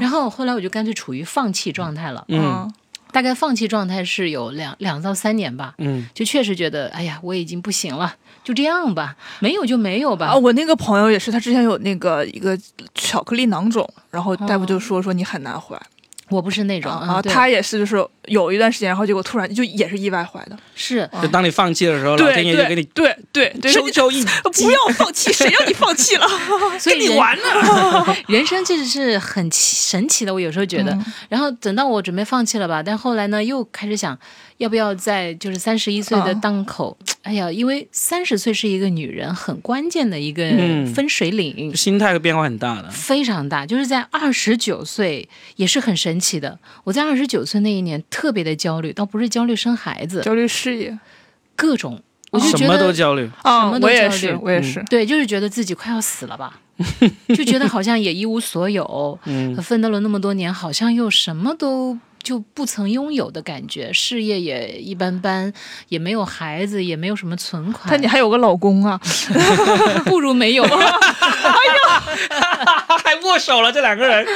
B: 然后后来我就干脆处于放弃状态了，
A: 嗯
C: 嗯
B: 大概放弃状态是有两两到三年吧。
A: 嗯，
B: 就确实觉得，哎呀，我已经不行了，就这样吧，没有就没有吧。
A: 哦
C: 啊，我那个朋友也是，他之前有那个一个巧克力囊肿，然后大夫就说说你很难怀
B: 我不是那种
A: 哦
C: 啊，
B: 哦嗯对
C: 他也是就是有一段时间，然后结果突然就也是意外怀的。
B: 是
A: 就当你放弃的时候，老
C: 对
A: 天爷就给
C: 对
A: 你
C: 对对对，
A: 周周一击
C: 不要放弃，谁让你放弃了？
B: 所以
A: 跟你
B: 人
A: 玩呢。
B: 人生其实是很奇神奇的，我有时候觉
A: 嗯
B: 得。然后等到我准备放弃了吧，但后来呢，又开始想，要不要在就是三十一岁的
C: 哦
A: 嗯
B: 档口，哎呀，因为三十岁是一个女人很关键的一个
A: 嗯
B: 分水岭。
A: 心态变化很大的，
B: 非常大，就是在二十九岁也是很神奇的。我在二十九岁那一年特别的焦虑，倒不是焦虑生孩子，
C: 焦虑事业
B: 各种，我就
A: 什
B: 觉
A: 么都
B: 得
A: 焦虑。
C: 啊
B: 么都
C: 我也
B: 焦虑嗯
C: 是，我也是。
B: 对，就是觉得自己快要死了吧， 就觉得好像也一无所有，
A: 嗯，
B: 奋斗了那么多年，好像又什么都就不曾拥有的感觉，事业也一般般，也没有孩子，也没有什么存款，
C: 但你还有个老公啊，
B: 不如没有。
A: 还握手了，这两个人。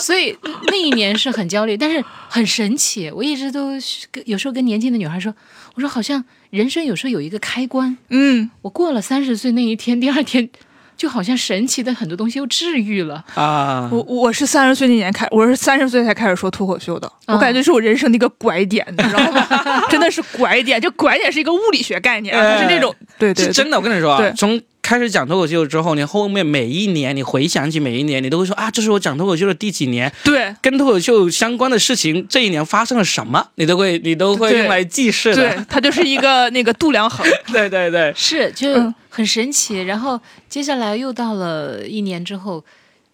B: 所以那一年是很焦虑，但是很神奇。我一直都是跟有时候跟年轻的女孩说，我说好像人生有时候有一个开关，
C: 嗯，
B: 我过了三十岁那一天，第二天就好像神奇的很多东西又治愈了。
A: 啊，
C: 我我是三十岁那年开，我是三十岁才开始说脱口秀的，
B: 啊
C: 我感觉是我人生的一个拐点，你知道吗？ 真的是拐点，这拐点是一个物理学概念，啊
A: 哎
C: 它是那种对对
A: 是真的。我跟你说啊
C: 对，
A: 从开始讲脱口秀之后，你后面每一年，你回想起每一年，你都会说啊，这是我讲脱口秀的第几年，
C: 对
A: 跟脱口秀相关的事情，这一年发生了什么，你都会你都会
C: 对
A: 用来记事
C: 对
A: 的。，
C: 它就是一个那个度量衡，
A: 对对对，
B: 是，就
C: 嗯
B: 很神奇。然后接下来又到了一年之后，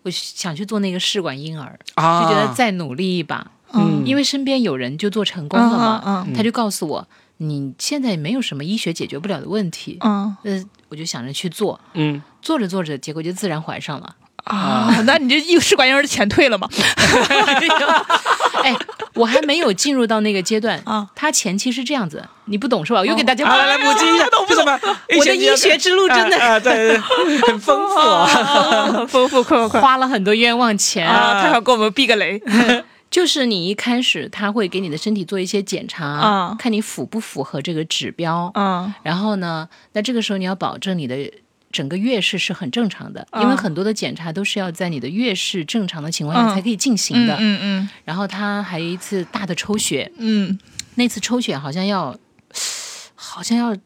B: 我想去做那个试管婴儿，就
A: 啊，
B: 觉得再努力一把，
A: 嗯
B: 因为身边有人就做成功了嘛，
C: 嗯
A: 嗯
B: 他就告诉我，你现在没有什么医学解决不了的问题，
C: 嗯
B: 呃，我就想着去做，
A: 嗯，
B: 做着做着，结果就自然怀上了。
C: 啊，那你这一试管婴儿的钱退了吗？
B: 哎，我还没有进入到那个阶段
C: 啊。
B: 他前期是这样子，你不懂是吧？
C: 哦
B: 我又给大家
A: 啊，来来，普 及一下，就什么？
B: 我的医学之路真的
A: 啊，啊对对，对很丰富 啊。
C: 丰富快快快
B: 花了很多冤枉钱
C: 啊！他想给我们避个雷，
B: 就是你一开始他会给你的身体做一些检查，
C: 啊
B: 看你符不符合这个指标。
C: 嗯
B: 然后呢，那这个时候你要保证你的整个月事是很正常的，
C: 啊
B: 因为很多的检查都是要在你的月事正常的情况下
C: 嗯
B: 才可以进行的。
C: 嗯嗯
B: 然后他还有一次大的抽血，
C: 嗯，
B: 那次抽血好像要，好像要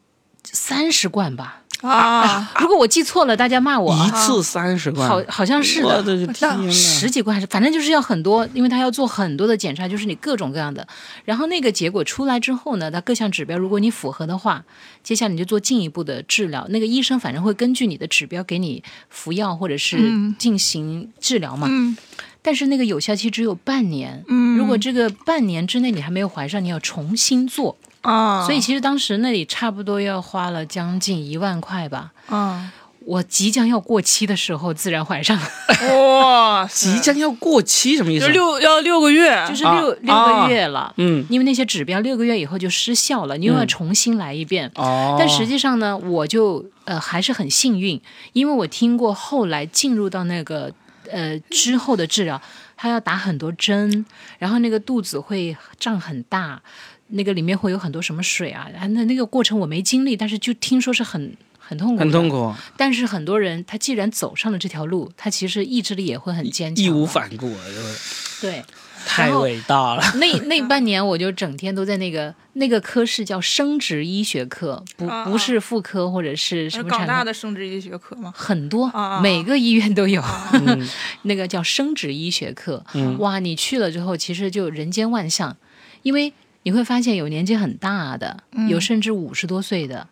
B: 三十罐吧。
C: 嗯啊，
B: 如果我记错了，大家骂我
A: 一
B: 啊。
A: 次三十万，
B: 好，好像是的
A: 我，的天呐
B: 十几个还是反正就是要很多，因为他要做很多的检查，就是你各种各样的。然后那个结果出来之后呢，他各项指标如果你符合的话，接下来你就做进一步的治疗。那个医生反正会根据你的指标给你服药或者是
C: 嗯
B: 进行治疗嘛。
C: 嗯
B: 但是那个有效期只有半年，
C: 嗯
B: 如果这个半年之内你还没有怀上，你要重新做。
A: 嗯
C: 啊，
B: 所以其实当时那里差不多要花了将近一万块吧。
C: 啊，
B: 我即将要过期的时候自然 怀上了。
C: 哇，
A: 即将要过期，什么意思
C: 就？六要六个月，
B: 就是
A: 啊
B: 六、六
A: 啊
B: 个月了，
A: 嗯，
B: 因为那些指标六个月以后就失效了，你又要
A: 嗯
B: 重新来一遍。
A: 哦，
B: 但实际上呢，我就呃还是很幸运，因为我听过后来进入到那个呃之后的治疗，他要打很多针，然后那个肚子会胀很大，那个里面会有很多什么水啊，啊那那个过程我没经历，但是就听说是很很痛苦，
A: 很痛
B: 苦。
A: 苦，
B: 但是很多人他既然走上了这条路，他其实意志力也会很坚强，
A: 义无反顾啊，就是
B: 对。
A: 太伟大 了。
B: 那那半年我就整天都在那个那个科室叫生殖医学科，不
C: 啊啊
B: 不是妇科或者是什
C: 是
B: 么
C: 港大
B: 产科，
C: 的生殖医学科吗？
B: 很多
C: 啊啊啊
B: 每个医院都有，
A: 嗯
B: 那个叫生殖医学科。
A: 嗯
B: 哇，你去了之后，其实就人间万象，因为你会发现有年纪很大的，
A: 嗯
B: 有甚至五十多岁的。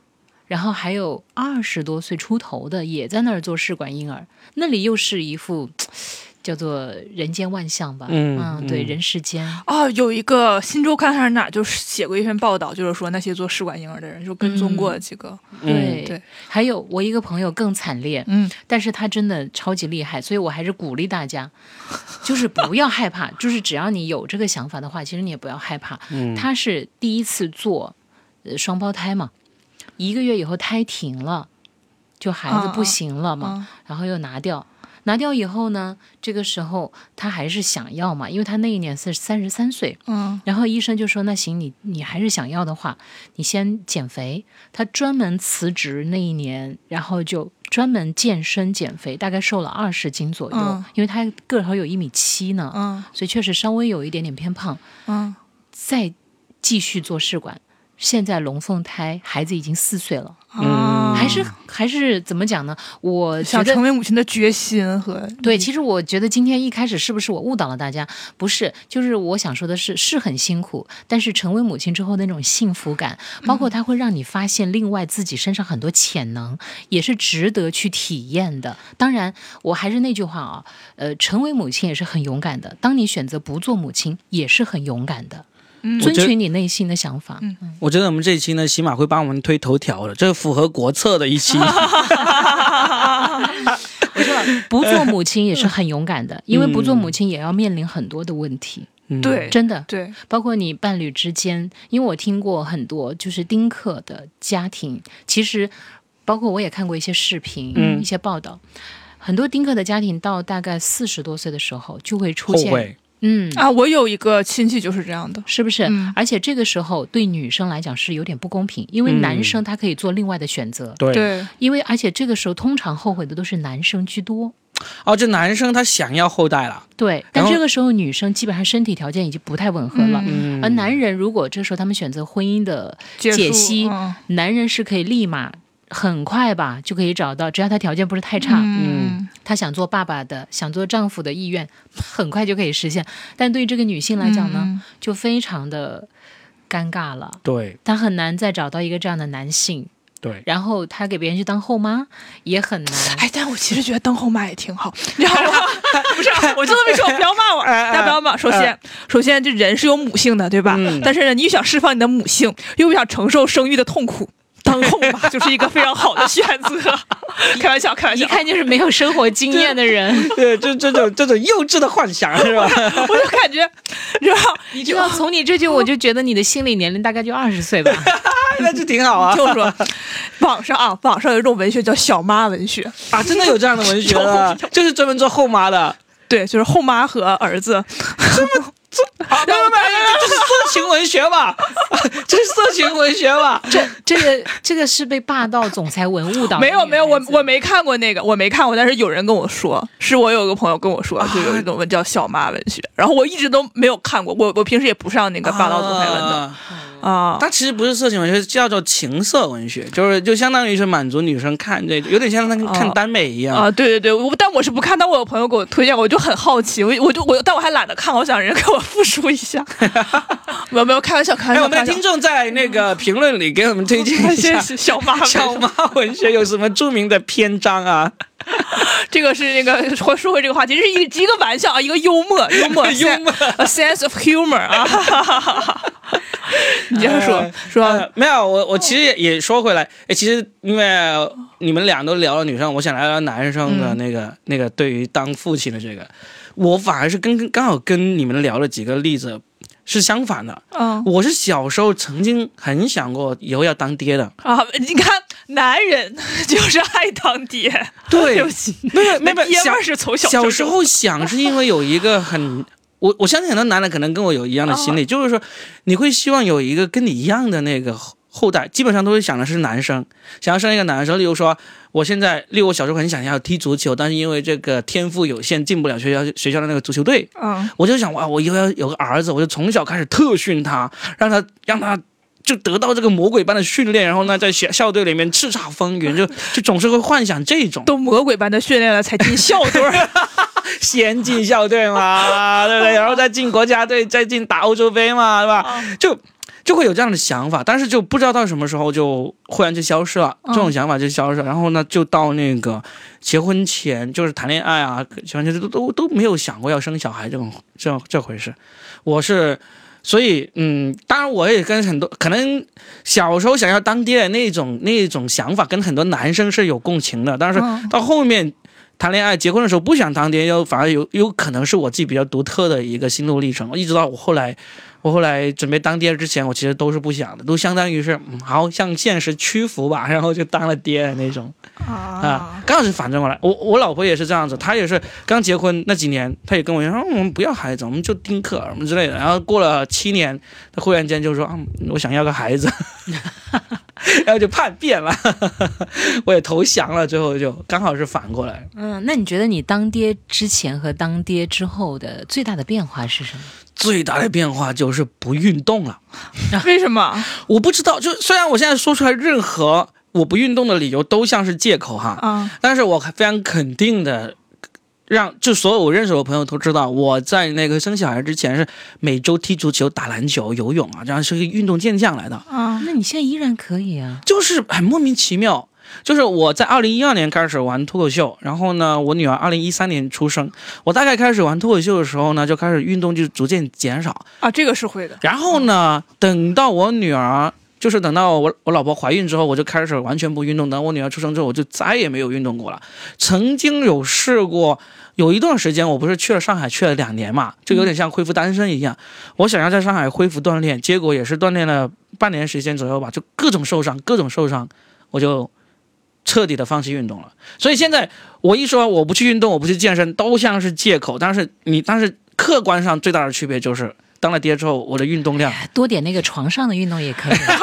B: 然后还有二十多岁出头的也在那儿做试管婴儿，那里又是一副叫做人间万象吧，
A: 嗯
B: 对，
A: 嗯
B: 人世间，
C: 哦，有一个《新周刊》还是哪儿，就是写过一篇报道，就是说那些做试管婴儿的人，就跟踪过几个，
B: 嗯
A: 嗯
B: 对、
C: 对，
B: 还有我一个朋友更惨烈，
C: 嗯，
B: 但是他真的超级厉害，所以我还是鼓励大家，就是不要害怕，就是只要你有这个想法的话，其实你也不要害怕。
A: 嗯
B: 他是第一次做、呃、双胞胎嘛，一个月以后胎停了，就孩子
C: 啊
B: 不行了嘛，
C: 啊
B: 然后又拿掉。拿掉以后呢，这个时候他还是想要嘛，因为他那一年是三十三岁，
C: 嗯
B: 然后医生就说：“那行，你你还是想要的话，你先减肥。”他专门辞职那一年，然后就专门健身减肥，大概瘦了二十斤左右，
C: 嗯
B: 因为他个头有一米七呢，
C: 嗯
B: 所以确实稍微有一点点偏胖。
C: 嗯
B: 再继续做试管。现在龙凤胎，孩子已经四岁了，
A: 嗯
B: 还是还是怎么讲呢？我觉
C: 啊想
B: 得
C: 成为母亲的决心和
A: 嗯
B: 对，其实我觉得今天一开始是不是我误导了大家？不是，就是我想说的是，是很辛苦，但是成为母亲之后那种幸福感，包
A: 嗯
B: 括它会让你发现另外自己身上很多潜能，也是值得去体验的。当然，我还是那句话啊，呃，成为母亲也是很勇敢的，当你选择不做母亲也是很勇敢的，
A: 我
B: 遵
A: 觉得
B: 循你内心的想法。
A: 嗯我觉得我们这一期呢，喜马会帮我们推头条的，这符合国策的一 期。
B: 我说不做母亲也是很勇敢的，因为不做母亲也要面临很多的问题，
A: 嗯
C: 对
B: 真的。
C: 对，
B: 包括你伴侣之间，因为我听过很多就是丁克的家庭，其实包括我也看过一些视频、
A: 嗯
B: 一些报道，很多丁克的家庭到大概四十多岁的时候就会出
A: 后
B: 现，
A: 悔。
B: 嗯，
C: 啊，我有一个亲戚就是这样的，
B: 是不是？
C: 嗯
B: 而且这个时候对女生来讲是有点不公平，因为
A: 嗯
B: 男生他可以做另外的选择，
A: 对，
C: 对，
B: 因为而且这个时候通常后悔的都是男生居多。
A: 哦，这男生他想要后代了，
B: 对，
A: 然
B: 但
A: 后
B: 这个时候女生基本上身体条件已经不太吻合了，
A: 嗯
B: 而呃男人如果这时候他们选择婚姻的
C: 结束
B: 解析
C: 嗯
B: 男人是可以立马很快吧就可以找到，只要他条件不是太差，
C: 嗯，
B: 他想做爸爸的、想做丈夫的意愿，很快就可以实现。但对于这个女性来讲呢，
C: 嗯，
B: 就非常的尴尬了。
A: 对
B: 她很难再找到一个这样的男性，
A: 对，
B: 然后她给别人去当后妈也很难。
C: 哎，但我其实觉得当后妈也挺好，你知道吗？ 嗯不是，啊我就这么 说，不要骂我，
A: 哎哎
C: 大家不要骂。首先，首先这人是有母性的，对吧
A: 嗯？
C: 但是呢，你又想释放你的母性，又不想承受生育的痛苦。当后妈就是一个非常好的选 择，开玩笑，开玩
B: 一
C: 笑。
B: 看就是没有生活经验的人，
A: 对，这这种这种幼稚的幻想是吧？
C: 我就感 觉，你知道，
B: 你知道，从你这句我就觉得你的心理年龄大概就二十岁吧。
A: 那就挺好啊
C: 听我说，网上啊，网上有一种文学叫“小妈文学
A: 啊！真的有这样的文学的， 就是专门做后妈的。”，
C: 对，就是后妈和儿子，
A: 啊， 没有没有没有，这是色情文学吧？ 这是色情文学 吧？
B: 这这个这个是被霸道总裁文误导的
C: 没有
B: 女
C: 没有，
B: 孩
C: 我
B: 子
C: 我没看过那个，我没看过，但是有人跟我说，是我有个朋友跟我说，就有一种文叫小妈文学，然后我一直都没有看过，我我平时也不上那个霸道总裁文的
A: 啊
C: 啊。
A: 它其实不是色情文学，叫做情色文学，就是就相当于是满足女生看这，有点像那个看
C: 哦
A: 耽美一样。
C: 啊，对对对，我但我是不看，但我有朋友给我推荐，我就很好奇，我我就我，但我还懒得看，我想人家给我复述一下， 没有没有，开玩笑，开玩
A: 哎，
C: 笑，
A: 我们的听众在那个 评论里给我们推荐一
C: 谢
A: 下
C: 谢小妈文学，
A: 小妈文学有什么著名的篇章啊？
C: 这个是那个说说回这个话题，这是一一个玩笑 啊，一个幽默，幽默
A: 幽默
C: ，a sense of humor 啊。 你接着说
A: 呃
C: 说
A: 呃，没有，我
C: 哦
A: 我其实也也说回来，哎，其实因为你们俩都聊了女生，我想聊聊男生
C: 嗯
A: 的那个、那个对于当父亲的这个，我反而是跟跟刚好跟你们聊了几个例子是相反的。
C: 嗯
A: 我是小时候曾经很想过以后要当爹 的，
C: 啊，你看男人 就是爱当爹，
A: 对
C: 对不起，
A: 没有没有
C: 那
A: 没有
C: 爹味
A: 小
C: 儿是从小
A: 小
C: 就
A: 时
C: 有
A: 候想是因为有一个很。我我相信很多男的可能跟我有一样的心理，就是说你会希望有一个跟你一样的那个后后代，基本上都会想的是男生，想要生一个男生。例如说，我现在，例如我小时候很想要踢足球，但是因为这个天赋有限，进不了学校学校的那个足球队，
C: 嗯
A: 我就想哇，我以后要有个儿子，我就从小开始特训他，让他让他。就得到这个魔鬼般的训练，然后呢，在学校队里面叱咤风云，就就总是会幻想这种。
C: 都魔鬼般的训练了才进校 队儿，
A: 先进校队嘛，对不对？然后再进国家队，再进打欧洲杯嘛，对 吧？就就会有这样的想法，但是就不知道到什么时候就忽然就消失了，这种想法就消失了。然后呢，就到那个结婚前，就是谈恋爱啊，结婚前都都都没有想过要生小孩这种这这回事。我是。所以，嗯，当然，我也跟很多可能小时候想要当爹的那种那种想法，跟很多男生是有共情的。但是
C: 嗯
A: 到后面谈恋爱、结婚的时候不想当爹，又反而有有可能是我自己比较独特的一个心路历程。一直到我后来，我后来准备当爹之前，我其实都是不想的，都相当于是嗯，好向现实屈服吧，然后就当了爹的那种啊。刚好是反正过来，我我老婆也是这样子，她也是刚结婚那几年，她也跟我说，啊我们不要孩子，我们就丁克什么之类的。然后过了七年，她忽然间就说啊， 我想要个孩子， 然后就叛变了， 我也投降了，最后就刚好是反过来。
B: 嗯，那你觉得你当爹之前和当爹之后的最大的变化是什么？
A: 最大的变化就是不运动了。
C: 为什么？
A: 我不知道，就虽然我现在说出来任何我不运动的理由都像是借口哈，
C: 啊，
A: 但是我非常肯定的让就所有我认识我的朋友都知道，我在那个生小孩之前是每周踢足球、打篮球、游泳啊，这样是个运动健将来的，
C: 啊，
B: 那你现在依然可以啊。
A: 就是很莫名其妙。就是我在二零一二年开始玩脱口秀，然后呢，我女儿二零一三年出生，我大概开始玩脱口秀的时候呢，就开始运动就逐渐减少，
C: 啊，这个是会的。
A: 然后呢，等到我女儿，就是等到我我老婆怀孕之后，我就开始完全不运动。等我女儿出生之后，我就再也没有运动过了。曾经有试过，有一段时间我不是去了上海去了两年嘛，就有点像恢复单身一样。我想要在上海恢复锻炼，结果也是锻炼了半年时间左右吧，就各种受伤，各种受伤，我就。彻底的放弃运动了，所以现在我一说我不去运动，我不去健身，都像是借口。但是你，但是客观上最大的区别就是，当了爹之后，我的运 动量
B: 哎多点那个床上的运动也可以。啊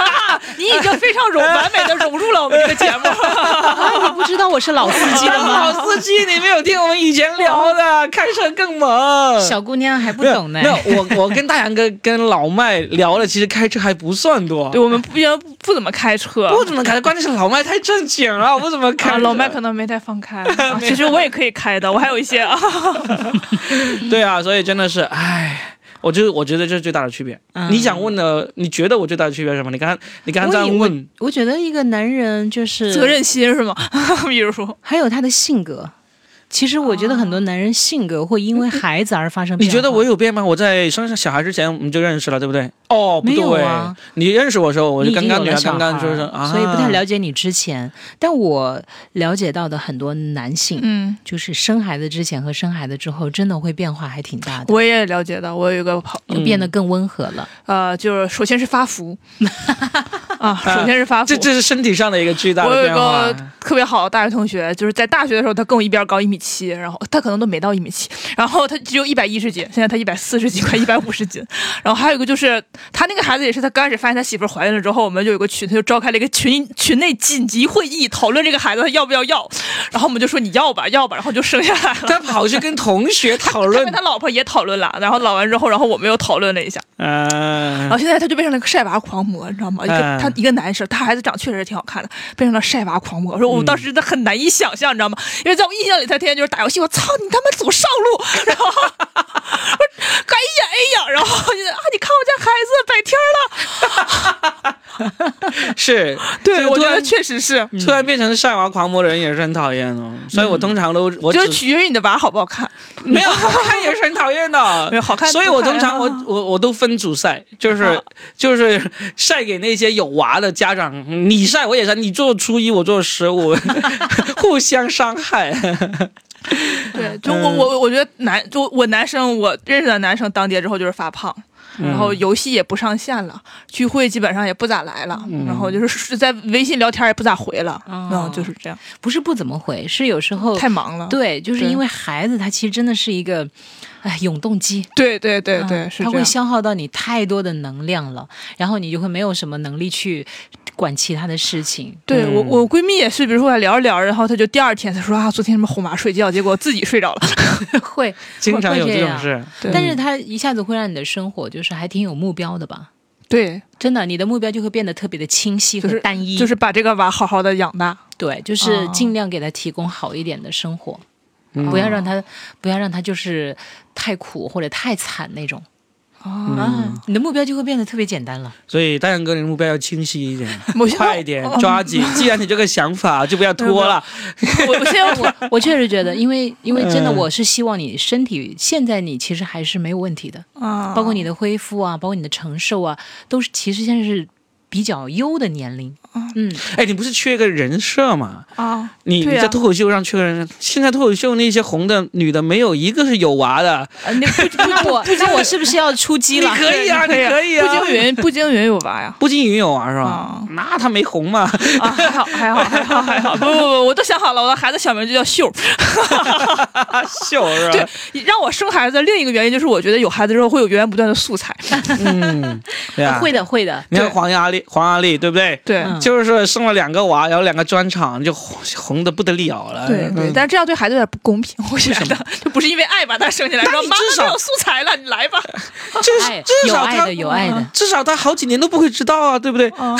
C: 你已经非 常融完美的融入了我们这个节 目。
B: 啊，你不知道我是老司机了 吗？
A: 老司机，你没有听我们以前聊的，开车更猛。
B: 哦小姑娘还不
A: 没有
B: 懂呢。
A: 没有，我我跟大杨哥跟老麦聊了，其实开车还不算多
C: 对，，我们不也不怎么开车，
A: 不怎么开，关键是老麦太正经 了，我怎么开、
C: 啊，老麦可能没太放 开。啊其实我也可以开的，我还有一些啊。
A: 对啊，所以真的是，唉。我就我觉得这是最大的区别。
B: 嗯
A: 你想问的，你觉得我最大的区别是什么？你刚刚你刚刚这
B: 我以
A: 样问，
B: 我觉得一个男人就是
C: 责，任心是吗？比如说，
B: 还有他的性格。其实我觉得很多男人性格会因为孩子而发生
A: 你
B: 变化。
A: 觉得我有变吗？我在生下小孩之前我们就认识了，对不对？哦，不
B: 没有
A: 对，
B: 啊
A: 你认识我的时候，我
B: 你
A: 就
B: 已
A: 刚
B: 经有
A: 刚女儿
B: 了小
A: 刚
B: 孩，
A: 刚就是，啊、
B: 所以不太了解你之前。但我了解到的很多男性，
C: 嗯，
B: 就是生孩子之前和生孩子之后，真的会变化还挺大的，
C: 我也了解到，我有一个朋，
B: 就变得更温和了。
C: 呃，就是首先是发 福啊，首先是发福。
A: 这这是身体上的一个巨大
C: 我
A: 的
C: 有一
A: 变化
C: 个。特别好的大学同学，就是在大学的时候，他跟我一边高一米七，然后他可能都没到一米七，然后他只有一百一十斤，现在他一百四十斤，快一百五十斤。然后还有一个就是他那个孩子也是，他刚开始发现他媳妇儿怀孕了之后，我们就有个群，他就召开了一个群群内紧急会议，讨论这个孩子他要不要要。然后我们就说你要吧，要吧，然后就生下来了。
A: 他跑去跟同学 讨
C: 他
A: 论
C: 跟，他老婆也讨论了，然后老完之后，然后我们又讨论了一下，
A: 嗯、
C: 然后现在他就变成了一个晒娃狂魔，你知道吗？一个、
A: 嗯
C: 他一个男生，他孩子长得确实是挺好看的，变成了晒娃狂魔。我说我
A: 嗯
C: 当时真的很难以想象，你知道吗？因为在我印象里，他天天就是打游戏，我操你他妈怎么上路？然后 我该呀哎呀，然后我就啊你看我家孩子白天了，
A: 是，所以
C: 我
A: 突
C: 觉得嗯
A: 然
C: 确实是，
A: 突然变成晒娃狂魔的人也是很讨厌哦。所以我通常都我
C: 嗯就是
A: 只
C: 取决于你的娃好不好看。
A: 没有好看也是很讨厌的，
C: 没有好看
A: 所以我通常
C: 不
A: 我
C: 看啊
A: 我我都分组晒，就是
C: 啊
A: 就是晒给那些有娃的家长，你晒我也晒，你做初一我做十五， 互相伤害。
C: 对，就
A: 嗯
C: 我我我觉得男就我男生，我认识的男生当爹之后就是发胖，
A: 嗯
C: 然后游戏也不上线了，聚会基本上也不咋来了，
A: 嗯
C: 然后就是是在微信聊天也不咋回了，
B: 哦
C: 嗯，就是这样，
B: 不是不怎么回，是有时候
C: 太忙了。
B: 对，就是
C: 对
B: 因为孩子他其实真的是一个，哎，永动机。
C: 对对对对，
B: 嗯
C: 是
B: 他
C: 这
B: 会
C: 样。
B: 消耗到你太多的能量了，然后你就会没有什么能力去管其他的事情。
C: 对
A: 嗯
C: 我，我闺蜜也是，比如说我聊着聊着，然后她就第二天她说啊，昨天什么哄娃睡觉，结果自己睡着了。
B: 会，
A: 经常有这
B: 会这
A: 种
B: 样
A: 事，
C: 对
B: 但是他一下子会让你的生活就是还挺有目标的吧？
C: 对，
B: 真的，你的目标就会变得特别的清晰
C: 就
B: 和
C: 是
B: 单一，
C: 就是把哦这个娃好好的养大。
B: 对，就是尽量给他提供好一点的生活，
A: 嗯
B: 不
C: 嗯
B: 要让他不要让他就是太苦或者太惨那种。
A: 嗯
B: 啊，你的目标就会变得特别简 单了。
A: 所以大杨哥，你的目标要清晰一点，
C: 我哦现在
A: 快一点， 抓紧。既然你这个想法，就不要拖了。
C: 我我现在我
B: 我确实觉得，因为因为真的，
A: 嗯
B: 我是希望你身体现在你其实还是没有问题的，
A: 哦
C: 啊，
B: 包括你的恢复啊，包括你的承受啊，都是其实现在是比较优的年龄。嗯，
A: 哎，你不是缺个人设吗？
C: 啊，
A: 你、
C: 对
A: 你
C: 啊
A: 在脱口秀上缺个人设，现在脱口秀那些红的女的没有一个是有娃的，
C: 呃那不
B: 那我那我是不是要出击
A: 你
B: 了？呃
A: 可以啊，你
C: 对你
A: 可以啊。
C: 步惊云，步惊云有娃呀。
A: 步惊云有娃是吧
C: 啊？
A: 那她没红嘛？
C: 啊，还好，还好，还 好，还好，不不不，我都想好了，我的孩子小名就叫 秀。
A: 秀是吧？
C: 对，让我生孩子的另一个原因就是，我觉得有孩子之后会有源源不断的素材。
A: 嗯，对啊，
B: 会的，会的，
A: 你看
C: 对
A: 黄阿丽，黄阿丽对不对？
C: 对
B: 嗯
A: 就是说生了两个娃，然后两个专场就红红的不得了了。
C: 对对，
A: 嗯
C: 但是这样对孩子有点不公平，我觉得就不是因为爱把他生下来，
A: 但
C: 说
A: 你
C: 妈
A: 至
C: 妈
A: 少
C: 没有素材了，你来 吧。
A: 至
B: 爱
A: 至
B: 哎有
A: 少
B: 爱
A: 他
B: 的有爱的，
A: 至少他好几年都不会知道啊，对不对？
C: 啊，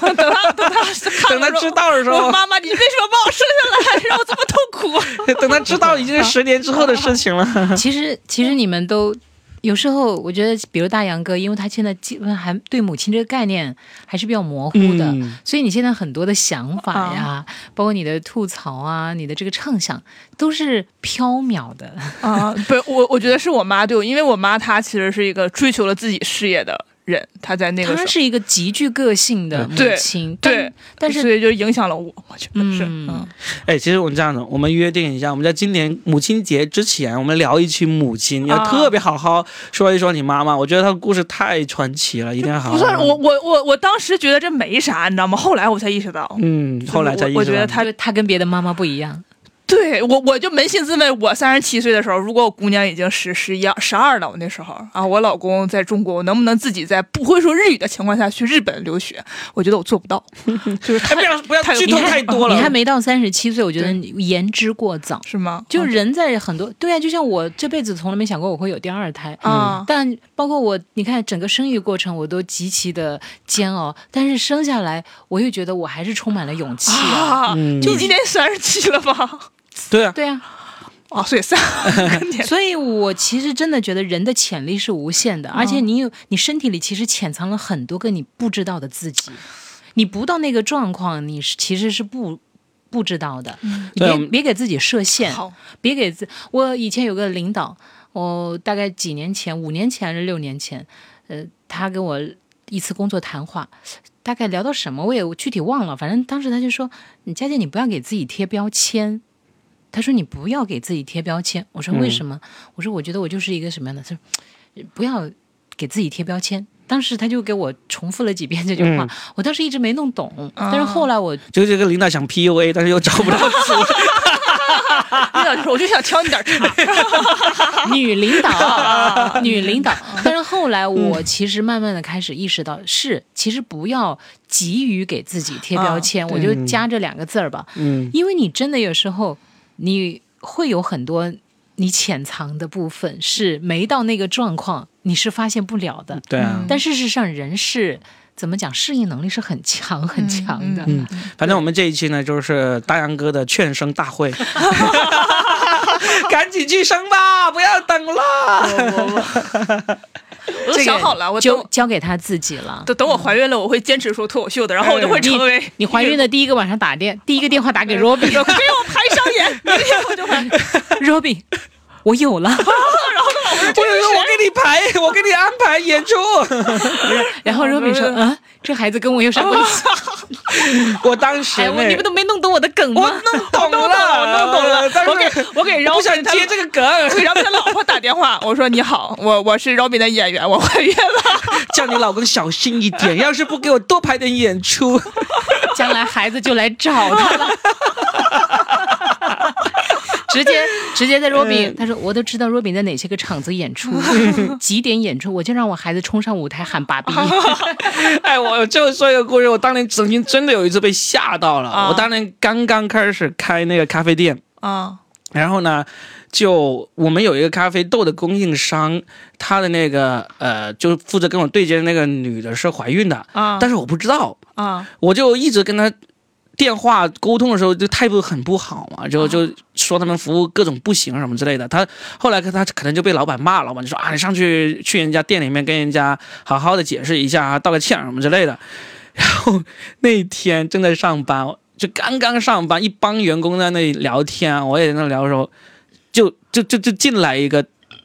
C: 等他等他看
A: 等他
C: 了
A: 知
C: 说，
A: 道的时
C: 我
A: 候，
C: 妈妈，你为什么把我生下来，让我这么痛苦？
A: 等他知道已经是十年之后的事情了。
B: 其实其实你们都有时候，我觉得，比如大杨哥，因为他现在基本还对母亲这个概念还是比较模糊的，
A: 嗯
B: 所以你现在很多的想法呀，包括你的吐槽啊，你的这个畅想，都是飘渺 的。
C: 啊，不是我，我觉得是我妈对我，因为我妈她其实是一个追求了自己事业的人，她在那个时
B: 她
C: 候，
B: 是一个嗯极具个性的母
C: 对
B: 亲，但
C: 对，
B: 但是
C: 所以就影响了我，我觉得是，
B: 嗯
C: 嗯，
A: 哎，其实我们这样的，我们约定一下，我们在今年母亲节之前，我们聊一期母亲，要
C: 啊
A: 特别好好说一说你妈妈。我觉得她的故事太传奇了，一定要
B: 啊
A: 好好。
C: 不算我，我我我当时觉得这没啥，你知道吗？后来我才意识到，
A: 嗯，后来才意识到，
C: 我我觉得她
B: 就她跟别的妈妈不一 样，
C: 对我我就扪心自问，我三十七岁的时候，如果我姑娘已经十十一十二了，我那时候啊，我老公在中国，我能不能自己在不会说日语的情况下去日本留学？我觉得我 做不到，就是
A: 哎，
C: 太
A: 不要不要
C: 太
A: 剧
C: 你
A: 透
B: 你还
A: 太多了。
B: 你还没到三十七岁，我觉得
C: 对嗯
B: 你言之过早。
C: 是吗？
B: 就人在很多对啊，就像我这辈子从来没想过我会有第二胎，
C: 啊，
B: 但包括我，你看整个生育过程，我都极其的煎熬。但是生下来，我又觉得我还是充满了勇气啊！
C: 啊，
A: 嗯
C: 你今年三十七了吧？
A: 对啊，
B: 对啊，
C: 啊，所以三跟你
B: 所以我其实真的觉得人的潜力是无限
A: 嗯
B: 的，而且你有你身体里其实潜藏了很多个你不知道的自己，你不到那个状况，你是其实是不不知道的。你
A: 对我
B: 别
A: 们
B: 别给自己设限，
C: 好，
B: 别给自我以前有个领导，我大概几年前，五年前还是六年前，呃，他跟我一次工作谈话，大概聊到什么我也具体忘了，反正当时他就说：“你佳姐，你不要给自己贴标签。”他说：“你不要给自己贴标签。”我说：“为什么？”我说：“我觉得我就是一个什么样的？”他说：“不要给自己贴标签。”当时他就给我重复了几遍这句话，
A: 嗯
B: 我当时一直没弄懂，但是后来我
A: 就这个领导想 PUA，但是又找不 到词。
C: 领导就说我就想挑你 点茬，
B: 女领 导，女领导。
C: 嗯
B: 但是后来我其实慢慢的开始意识到，是其实不要急于给自己贴标签，
C: 啊
B: 我就加这两个字儿吧，
A: 嗯，
B: 因为你真的有时候你会有很多你潜藏的部分是没到那个状况，你是发现不了的。
A: 对
C: 嗯
A: 啊。
B: 但事实上，人是怎么讲，适应能力是很强很强的。
C: 嗯
A: 反正我们这一期呢，就是大杨哥的劝生大 会， 赶紧去生吧，不要等了。
C: 我都
B: 这个
C: 想好了，我
B: 就
C: 等
B: 交给他自己了。
C: 等等我怀孕了，我会坚持说脱口秀的，然后我就会成为
B: 嗯你怀孕的第一个晚上打电，第一个电话打给 Robin，
C: 给我排上眼，明天我就会
B: Robin，我有 了。
C: 哎
A: 我就说我给你排，我给你安排演出。
B: 然后 Robin 说：“啊，这孩子跟我有啥关系？
A: 我当时
B: 哎，我
A: 那
B: 你们都没弄懂我的梗
A: 我
B: 吗
A: 弄懂了，
C: 我弄懂了
A: 但是
C: 我给我给
A: 我
C: 饶
A: 不想
C: 平他
A: 接这个梗，
C: 给然后他老婆打电话，我说你好，我我是 Robin 的演员，我怀孕了，
A: 叫你老公小心一 点，要是不给我多排点演出，
B: 将来孩子就来找他了。” 直接直接在 Robin，他说我都知道 Robin 在哪些个场子演 出，几点演出，我就让我孩子冲上舞台喊爸 比。
A: 哎，我就说一个故事，我当年曾经真的有一次被吓到了。
C: 啊
A: 我当年刚刚开始开那个咖啡店，
C: 啊
A: 然后呢，就我们有一个咖啡豆的供应商，她的那个呃，就负责跟我对接的那个女的是怀孕的，
C: 啊
A: 但是我不知道，
C: 啊
A: 我就一直跟她电话沟通的时候就态度很不好嘛，就就说他们服务各种不行什么之类的。她后来她可能就被老板骂了，老板就说啊，你上去去人家店里面跟人家好好的解释一下，道个歉什么之类的。 然后那一天正在上班，就刚刚上班，一帮员工在那里聊天，啊我也在那聊的时候，就就就就进来一个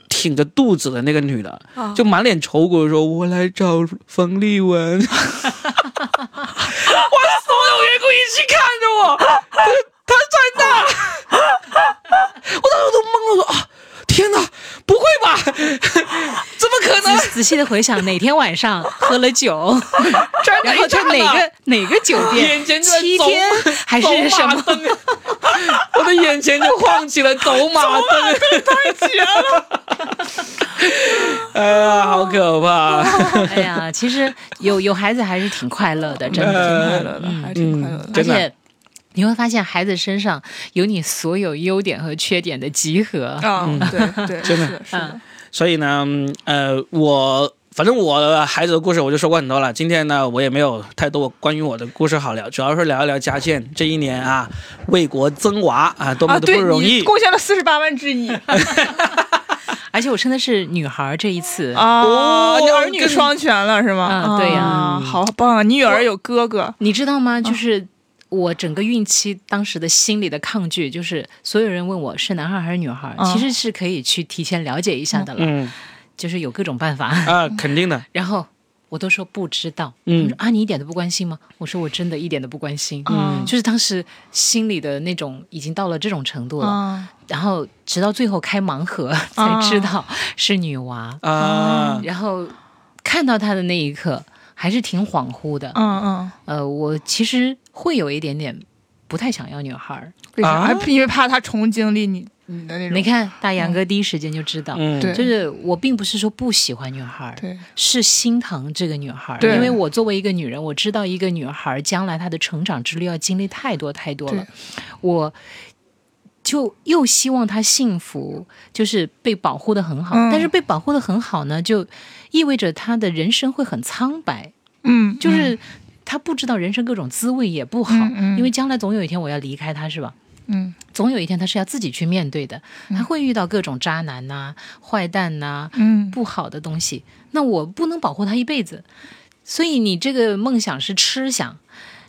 A: 挺着肚子的那个女的，
C: 啊
A: 就满脸愁苦地说：“我来找冯立文。”我所有员工一起看着我，他他在那儿，我当时都懵了，我说啊，天哪，不会吧？怎么可能？
B: 仔仔细的回想，哪天晚上喝了 酒，然后在哪个哪个酒店
A: 眼，前就在
B: 七
A: 走
B: 天还
A: 走
B: 是什
A: 马
B: 么？
A: 灯，我的眼前就晃起了走马灯。
C: 绝了！
A: 哎呀，好可怕！
B: 哎呀，其实有有孩子还是挺快乐的，真的。
C: 真的挺快乐的，还挺快乐的。
B: 而
A: 真的
B: 且你会发现，孩子身上有你所有优点和缺点的集合。
C: 啊，对对，
A: 嗯 真的
C: 是是的，
A: 所以呢，嗯呃，我反正我孩子的故事我就说过很多了。今天呢，我也没有太多关于我的故事好聊，主要是聊一聊家健这一年啊，为国增娃啊，多么
C: 啊，
A: 的
C: 对
A: 不容易
C: 你。贡献了四十八万 之一
B: 而且我称的是女孩儿这一次，
A: 哦
C: 啊！你儿女
A: 更
C: 双全了是吗？
B: 啊对呀
C: 啊
A: 嗯
C: 好棒啊！你女儿有哥哥，
B: 你知道
A: 啊
B: 吗？就是。我整个孕期当时的心理的抗拒，就是所有人问我是男孩还是女孩，
C: 啊
B: 其实是可以去提前了解一下的了，
A: 嗯
B: 就是有各种 办法。
A: 啊、肯定的，
B: 然后我都说不知道，他们
A: 嗯
B: 说，啊，你一点都不关心吗？我说我真的一点都不关心，
C: 嗯
B: 就是当时心里的那种已经到了这种程度了，
C: 啊
B: 然后直到最后开盲盒才知道是女娃，
A: 啊、
B: 然后看到她的那一刻还是挺恍惚的。
C: 嗯嗯，
B: 呃，我其实会有一点点不太想要女孩儿。
C: 为啥？
A: 啊
C: 还因为怕他重经历你你的那种
B: 你，看大杨哥第一时间就知道，
A: 嗯，
C: 对
B: 就是我并不是说不喜欢女孩儿，
C: 对
B: 是心疼这个女孩儿，
C: 对
B: 因为我作为一个女人，我知道一个女孩儿将来她的成长之路要经历太多太多了
C: 对，
B: 我就又希望她幸福，就是被保护的很好，
C: 嗯
B: 但是被保护的很好呢，就意味着她的人生会很苍白，
C: 嗯，
B: 就是她不知道人生各种滋味也不好，
C: 嗯嗯
B: 因为将来总有一天我要离开她，是吧？
C: 嗯
B: 总有一天她是要自己去面对的，
C: 嗯
B: 她会遇到各种渣男呐、坏蛋呐、
C: 嗯
B: 不好的东西，那我不能保护他一辈子。所以你这个梦想是痴想，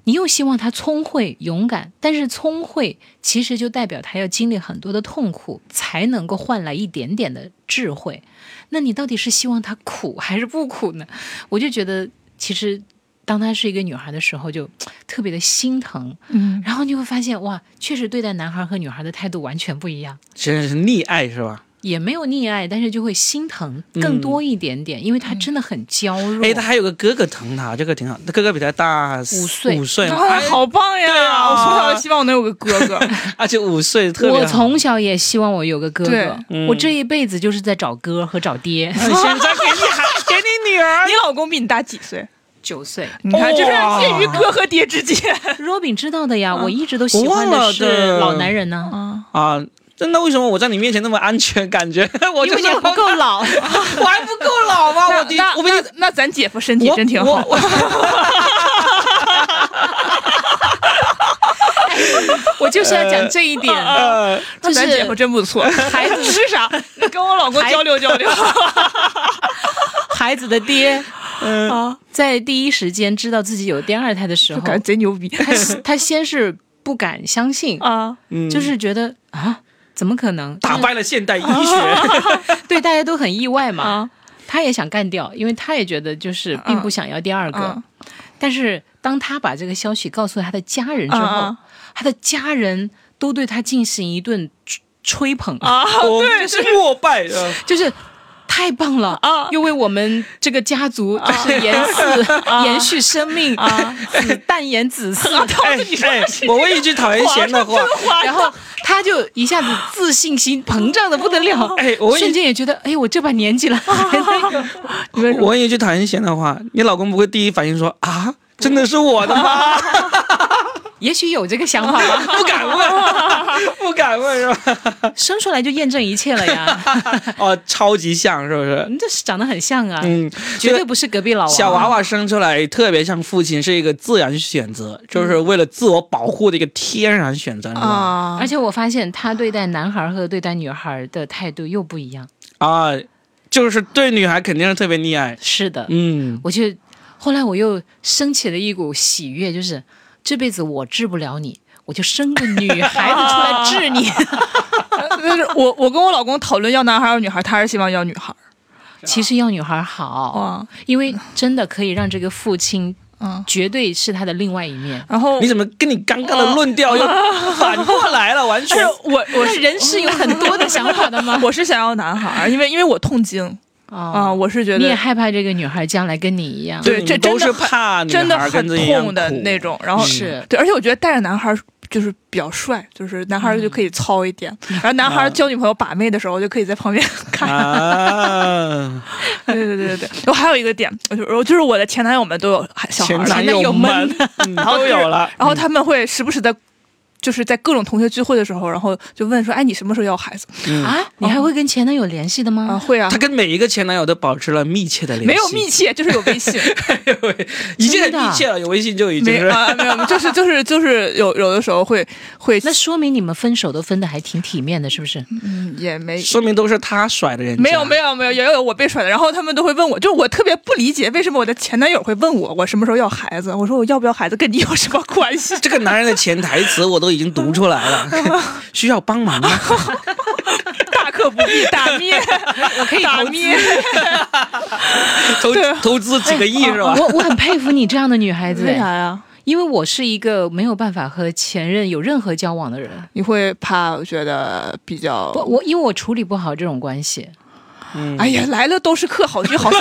B: 你又希望他聪慧勇敢，但是聪慧其实就代表他要经历很多的痛苦，才能够换来一点点的智慧。那你到底是希望他苦还是不苦呢？我就觉得，其实当她是一个女孩的时候，就特别的心疼。
C: 嗯
B: 然后你会发现，哇，确实对待男孩和女孩的态度完全不一样。
A: 真的是溺爱是吧？
B: 也没有溺爱，但是就会心疼更多一点点，因为他真的很娇弱。
A: 哎，他还有个哥哥疼他，这个挺好。他哥哥比他大五
B: 岁
A: 五岁嘛，
C: 啊，
A: 哎
C: 好棒呀！
A: 对啊
C: 我从小就希望我能有个哥 哥，
A: 而且五岁特别
B: 我
A: 好。
B: 从小也希望我有个哥
C: 对
B: 哥，
A: 嗯
B: 我这一辈子就是在找哥和找爹。
A: 哎现在给你孩，给你女儿
C: 你老公比你大几岁？
B: 九岁
C: 你看，就是
A: 哇
C: 介于哥和爹之间。
B: ，Robin 知道的呀，我一直都喜欢
A: 我忘了
B: 的
A: 的
B: 是老男人呢，
C: 啊，
A: 啊！真的，为什么我在你面前那么安全？感觉 我
B: 因
A: 就
B: 为
A: 是
B: 你还不够老。
A: 我还不够老吗？我的
C: 那
A: 我比你
C: 那那咱姐夫身体
A: 我
C: 真挺好。
A: 我
B: 我就是要讲这一 点，
A: 呃，
B: 啊就
C: 咱姐夫
B: 是
C: 真不 错，
B: 孩子
C: 吃 啥？你跟我老公交流交流
B: 孩子的爹
C: 啊，
B: 在第一时间知道自己有第二胎的时
C: 就
B: 候，
C: 感觉贼牛 逼
B: 他他先是不敢相信，
C: 啊！
A: 嗯
B: 就是觉得啊，怎么可能？
A: 打败了现代医学。
B: 对，大家都很意外嘛。
C: 啊
B: 他也想干掉，因为他也觉得就是并不想要第二个。
C: 嗯
B: 但是当他把这个消息告诉他的家人之后，
A: 啊
C: 嗯嗯
B: 他的家人都对他进行一顿吹吹捧，
C: 啊，
A: 我
C: 对，
A: 就是呃膜拜的。
B: 就是。太棒了
C: 啊
B: 又为我们这个家族就是延 嗣、延续生命啊，子淡言
C: 啊
B: 子嗣。
A: 哎哎，我问一句讨人嫌的话，
B: 然后他就一下子自信心膨胀的不得了，
A: 哎我问你
B: 瞬间也觉得，哎，我这把年纪了， 还那个
A: 我问一句讨人嫌的话，你老公不会第一反应说啊，真的是我的吗？
B: 也许有这个想 法 吧。
A: 不敢问， 不敢问是吧？
B: 生出来就验证一切 了呀，
A: 哦，超级像是不是？
B: 你这是长得很像啊，
A: 嗯，
B: 绝对不是隔壁老王。啊
A: 小娃，娃生出来特别像父亲，是一个自然选择，
C: 嗯
A: 就是为了自我保护的一个天然选择，你知道吗？
C: 啊
B: 而且我发现他对待男孩和对待女孩的态度又不一样。
A: 啊，就是对女孩肯定是特别溺爱。
B: 是的，
A: 嗯，
B: 我就后来我又升起了一股喜悦，就是这辈子我治不了你，我就生个女孩子出来 治你。
C: 就是我我跟我老公讨论要男孩要女孩，他是希望要女孩。
B: 其实要女孩好，
A: 哦
C: 哇，
B: 因为真的可以让这个父亲
C: 嗯，
B: 绝对是他的另外一面。
C: 然后
A: 你怎么跟你刚刚的论 调又
C: 啊
A: 反过来了？完全
C: 但是我我是
B: 人是有很多的想法的 吗？
C: 我是想要男孩，因为因为我痛经
A: 哦
C: 啊，
B: 啊，
C: 我是觉
B: 你也
C: 得
B: 害怕这个女孩将来跟你一样。
C: 对
A: 你
C: 这
A: 都
C: 真
A: 是
C: 的很
A: 怕女
C: 真的
A: 孩
C: 很
A: 跟自己一样
C: 痛的
A: 苦
C: 那种，然后
B: 是
C: 对，而且我觉得带着男孩就是比较帅，就是男孩儿就可以糙一点，然后男孩儿
A: 嗯
C: 交女朋友把妹的时候就可以在旁边看。
D: 啊，
C: 对对对对对。我还有一个点，我就我就是我的前男友们都有孩 小孩
D: 前
C: 儿了，
D: 男
A: 男友
D: 们
A: 们
D: 嗯都有 了，
C: 然后他们会时不时的，就是在各种同学聚会的时候，然后就问说：“哎，你什么时候要孩子
B: 啊，你还会跟前男友联系的？”
C: 啊，
B: 吗？
C: 会啊
A: 她，跟每一个前男友都保持了密切的联系，
C: 没有密切，就是有 微信，
A: 已经很
B: 真的
A: 密切了，有微信就已经
C: 没
A: 是
C: 啊，没有，就是就是就是有有的时候会会，
B: 那说明你们分手都分的还挺体面的，是不是？
C: 嗯也没。
A: 说明都是他甩的人家，
C: 没有没有没有，也有我被甩的，然后他们都会问我，就是我特别不理解为什么我的前男友会问我我什么时候要孩子，我说我要不要孩子跟你有什么关系？
A: 这个男人的潜台词我都已经读出来了，需要帮忙吗？
C: 大可不必，打灭，我可以打灭，
A: 投
C: 对
A: 投资几个亿是 吧？
B: 啊我我很佩服你这样的女孩子，哎
C: 呀？
B: 因为我是一个没有办法和前任有任何交往的人。
C: 你会怕？我觉得比较，
B: 我我因为我处理不好这种关系，
C: 哎呀，来了都是客，好聚好散。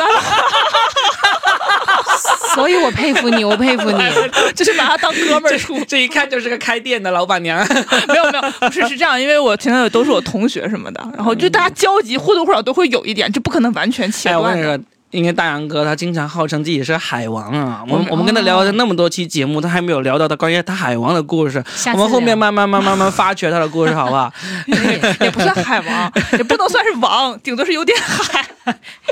B: 所以我佩服你，我佩服你。
C: 就是把他当哥们 儿处。
A: 这一看就是个开店的老板娘，哎
C: 没有没有，不是是这样，因为我前男友都是我同学什么的，然后就大家交集或多或少都会有一点，就不可能完全切
A: 哎，我
C: 断
A: 跟你
C: 的。
A: 说。因为大杨哥他经常号称自己是海王啊，我们我们跟他聊了那么多期节目，他还没有聊到他关于他海王的故事
B: 下，次
A: 我们后面
B: 聊
A: 慢慢慢慢慢发掘他的故事，好不好？
C: 也不算海王，也不能算是王，顶多是有点海。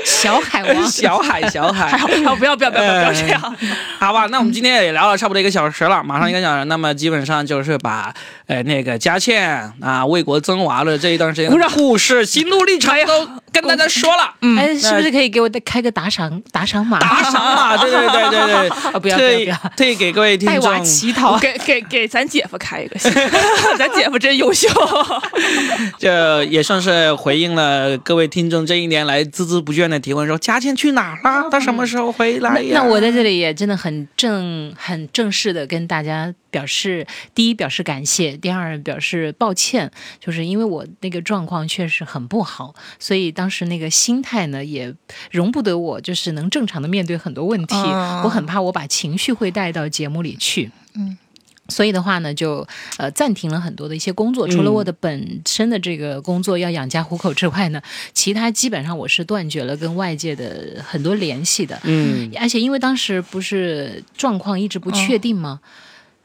B: 小海 王
A: 小海小海
C: 还，好，还好，不要不要不要不要这样。
A: 好吧，那我们今天也聊了差不多一个小时了，马上一个小时，那么基本上就是把呃那个佳倩啊为国争娃的这一段时间
C: 鼓
A: 的
C: 掌
A: 故事、心路历程都跟大家说了。
B: 哎，是不是可以给我开个打赏打赏码？
A: 嗯打赏嘛，对对对对
B: 啊
A: 对，
B: 不要不要
A: 退
B: 不要
A: 退给各位听
B: 带
A: 众
B: 娃。乞讨。
C: 给给给咱姐夫开一个心， 咱姐夫真优秀。
A: 这也算是回应了各位听众这一年来孜孜不倦的提问，说佳倩去哪儿啦？她什么时候回来呀？
B: 那我在这里也真的很正很正式的跟大家表示，第一表示感谢，第二表示抱歉，就是因为我那个状况确实很不好，所以当时那个心态呢也容不得我就是能正常的面对很多问题，
C: 啊
B: 我很怕我把情绪会带到节目里去。
C: 嗯。
B: 所以的话呢，就呃暂停了很多的一些工作，
A: 嗯
B: 除了我的本身的这个工作要养家糊口之外呢，其他基本上我是断绝了跟外界的很多联系的。
A: 嗯，
B: 而且因为当时不是状况一直不
C: 哦
B: 确定吗？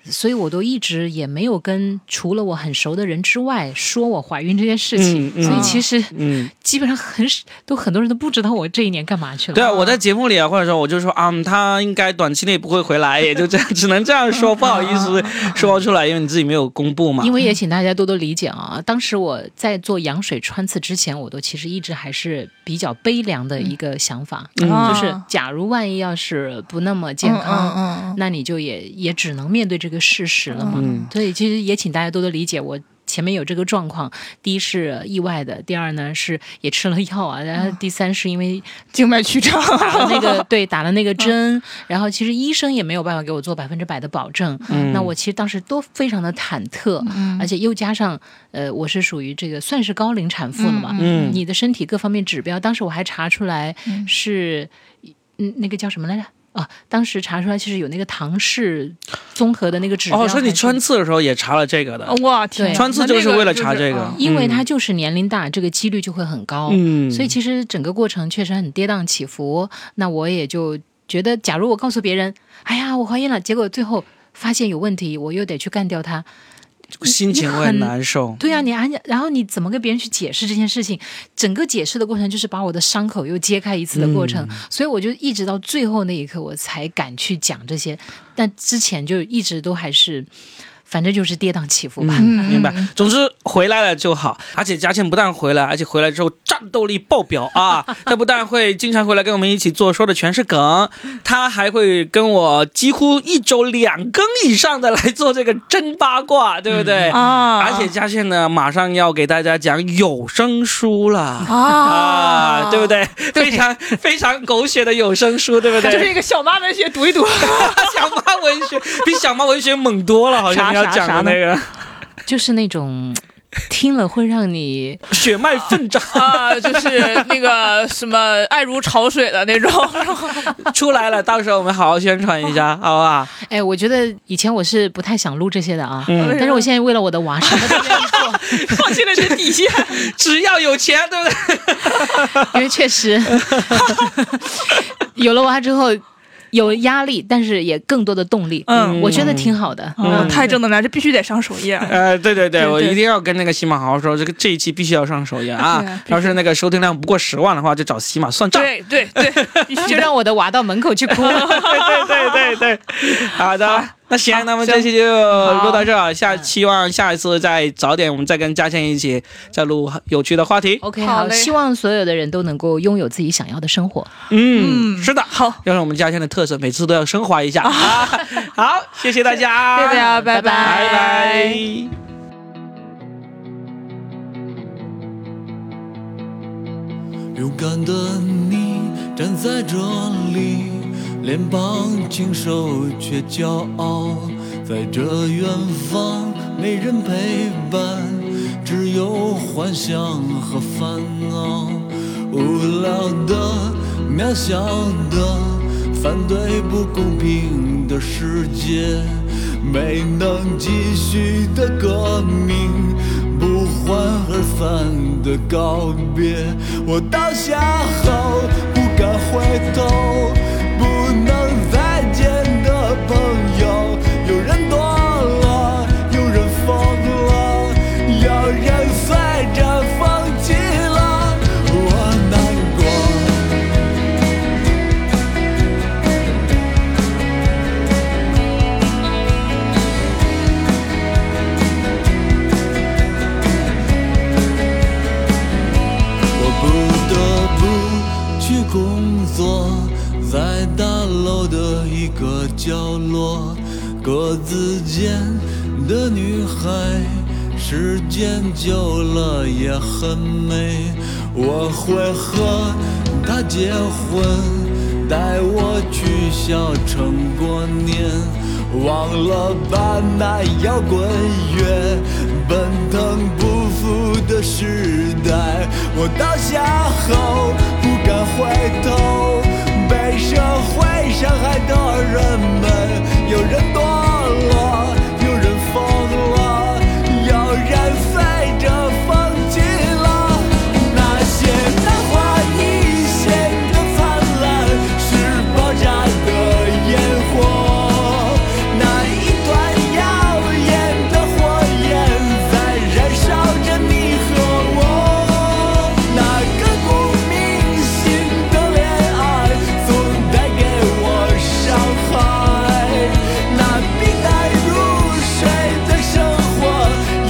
B: 所以我都一直也没有跟除了我很熟的人之外说我怀孕这件事情，
A: 嗯嗯
B: 所以其实
A: 嗯，
B: 基本上很少都很多人都不知道我这一年干嘛去了。
A: 对啊，我在节目里啊，或者说我就说啊，嗯她应该短期内不会回来，也就这样， 只能这样说，不好意思说出来，因为你自己没有公布嘛。
B: 啊因为也请大家多多理解啊。 当时我在做羊水穿刺之前，我都其实一直还是比较悲凉的一个想法，
C: 嗯
B: 就是假如万一要是不那么健康，
C: 嗯
B: 那你就也也只能面对这个事实了嘛。
A: 嗯
B: 所以其实也请大家多多理解我。前面有这个状况，第一是意外的，第二呢是也吃了药 啊，然后第三是因为
C: 静脉曲张，
B: 打了那 个对打了那个
C: 嗯
B: 针，然后其实医生也没有办法给我做百分之百的保证。
A: 嗯
B: 那我其实当时都非常的忐忑，
C: 嗯
B: 而且又加上呃我是属于这个算是高龄产妇了嘛，
A: 嗯
B: 你的身体各方面指标，当时我还查出来是嗯那个叫什么来着？啊，当时查出来就是有那个唐氏综合的那个指
A: 哦，
B: 标。
A: 说你
B: 还是哦
A: 穿刺的时候也查了这个的，
C: 哇天
B: 对
C: 哪！
A: 穿刺就是为了查这个
C: 那那
B: 因为它就是年龄大，这个几率就会很高。
A: 嗯，
B: 哦所以其实整个过程确实很跌宕起伏。那我也就觉得，假如我告诉别人，哎呀，我怀孕了，结果最后发现有问题，我又得去干掉它。
A: 心情会
B: 你很嗯
A: 难受。嗯
B: 对呀、啊你而且然后你怎么跟别人去解释这件事情？整个解释的过程就是把我的伤口又揭开一次的过程。所以我就一直到最后那一刻，我才敢去讲这些。但之前就一直都还是，反正就是跌宕起伏吧。
A: 嗯，明白。总之回来了就好，而且佳倩不但回来，而且回来之后战斗力爆表 啊！她不但会经常回来跟我们一起做，说的全是梗，她还会跟我几乎一周两更以上的来做这个真八卦，对不
B: 嗯
A: 对？
C: 个啊，
A: 哎而且佳倩呢，马上要给大家讲有声书了。啊，
C: 啊，
A: 对不？对？非常非常狗血的有声书，对不对？
C: 就是一个小妈文学读一读。
A: 小猫文学比小猫文学猛多了，好像
C: 啥
A: 你要
C: 啥
A: 讲
C: 啥
A: 的
C: 呢
A: 那个。
B: 就是那种听了会让你
D: 血脉奋张
C: 啊，就是那个什么爱如潮水的那种，
A: 出来了，到时候我们好好宣传一
C: 嗯
A: 下，好不好？
B: 哎，我觉得以前我是不太想录这些的啊，
D: 嗯
B: 但是我现在为了我的娃什么都愿意做。
C: 放弃了你的底线。
A: 只要有钱，对不对？
B: 因为确实有了娃之后有压力，但是也更多的动力。
C: 嗯
B: 我觉得挺好的。
C: 嗯，太正能量，这必须得上啊首页。
A: 呃，对对对，
C: 对
A: 我
C: 对
A: 一定要跟那个喜马好好说，这个这一期必须要上首页
C: 对啊
A: 啊！
C: 必须
A: 要是那个收听量不过十万的话，就找喜马算账。
C: 对对对， 必须
B: 就
C: 的。
B: 让我的娃到门口 去哭。
A: 对对对对对，好的，那行，那我们这期就录到这儿，下期望下一次再早点，我们再跟佳倩一起再录有趣的话题。
B: OK，
C: 好
B: 好，
C: 嘞
B: 希望所有的人都能够拥有自己想要的生活。
A: 嗯，是的，
C: 好，
A: 要是我们佳倩的特色，每次都要升华一下 啊！好，谢谢大家，
C: 大家拜
B: 拜
A: 拜拜。
E: 勇敢的你站在这里，脸庞清瘦却骄傲，在这远方没人陪伴，只有幻想和烦恼。无聊的、渺小的，反对不公平的世界，没能继续的革命。不欢而散的告别。我倒下后不敢回头，不能再见的朋友，有人多了，有人疯了，有人随着风起了。我难过。我不得不去工作，在大楼的一个角落，格子间的女孩，时间久了也很美。我会和她结婚。带我去小城过年，忘了把那摇滚乐奔腾不复的时代。我倒下后不敢回头，被社会伤害的人们，有人堕落，有人疯了，有人随着风起了。那些昙花一现的灿烂，是爆炸的烟火；那一团耀眼的火焰，在燃烧着你和我。那刻骨铭心的恋爱，总带给我伤害。那平淡如水的生活，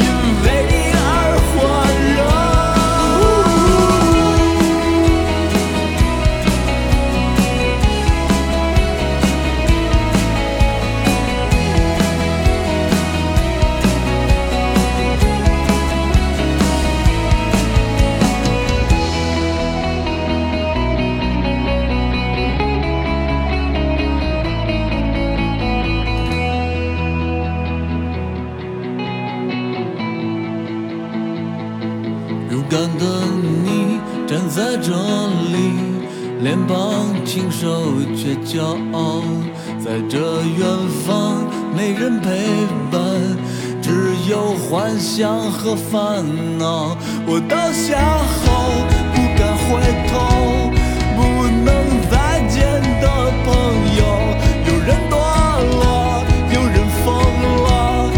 E: 因为你而火热。勇敢的你站在这里，脸庞清瘦却骄傲，在这远方没人陪伴，只有幻想和烦恼。我倒下后不敢回头，不能再见的朋友，有人堕落，有人疯了，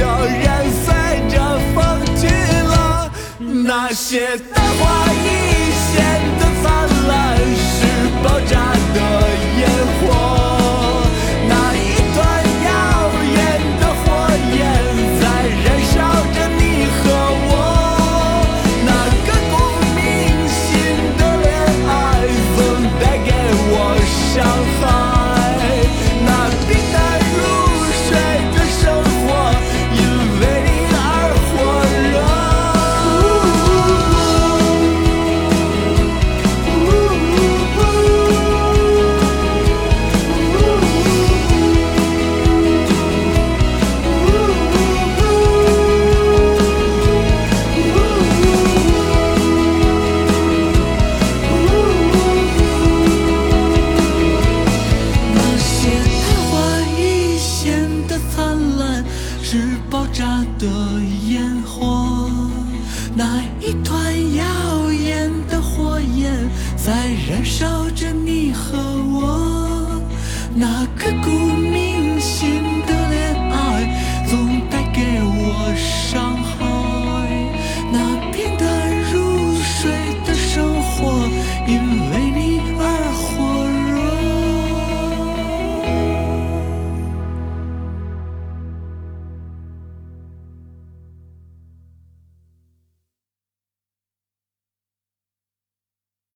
E: 有人随着风去了。那些昙花一现的灿烂，是爆炸的烟火；那一团耀眼的火焰，在燃烧着你和我。那刻骨铭心的恋爱，总带给我。的烟火，那一团耀眼的火焰在燃烧着你和我，那刻骨铭心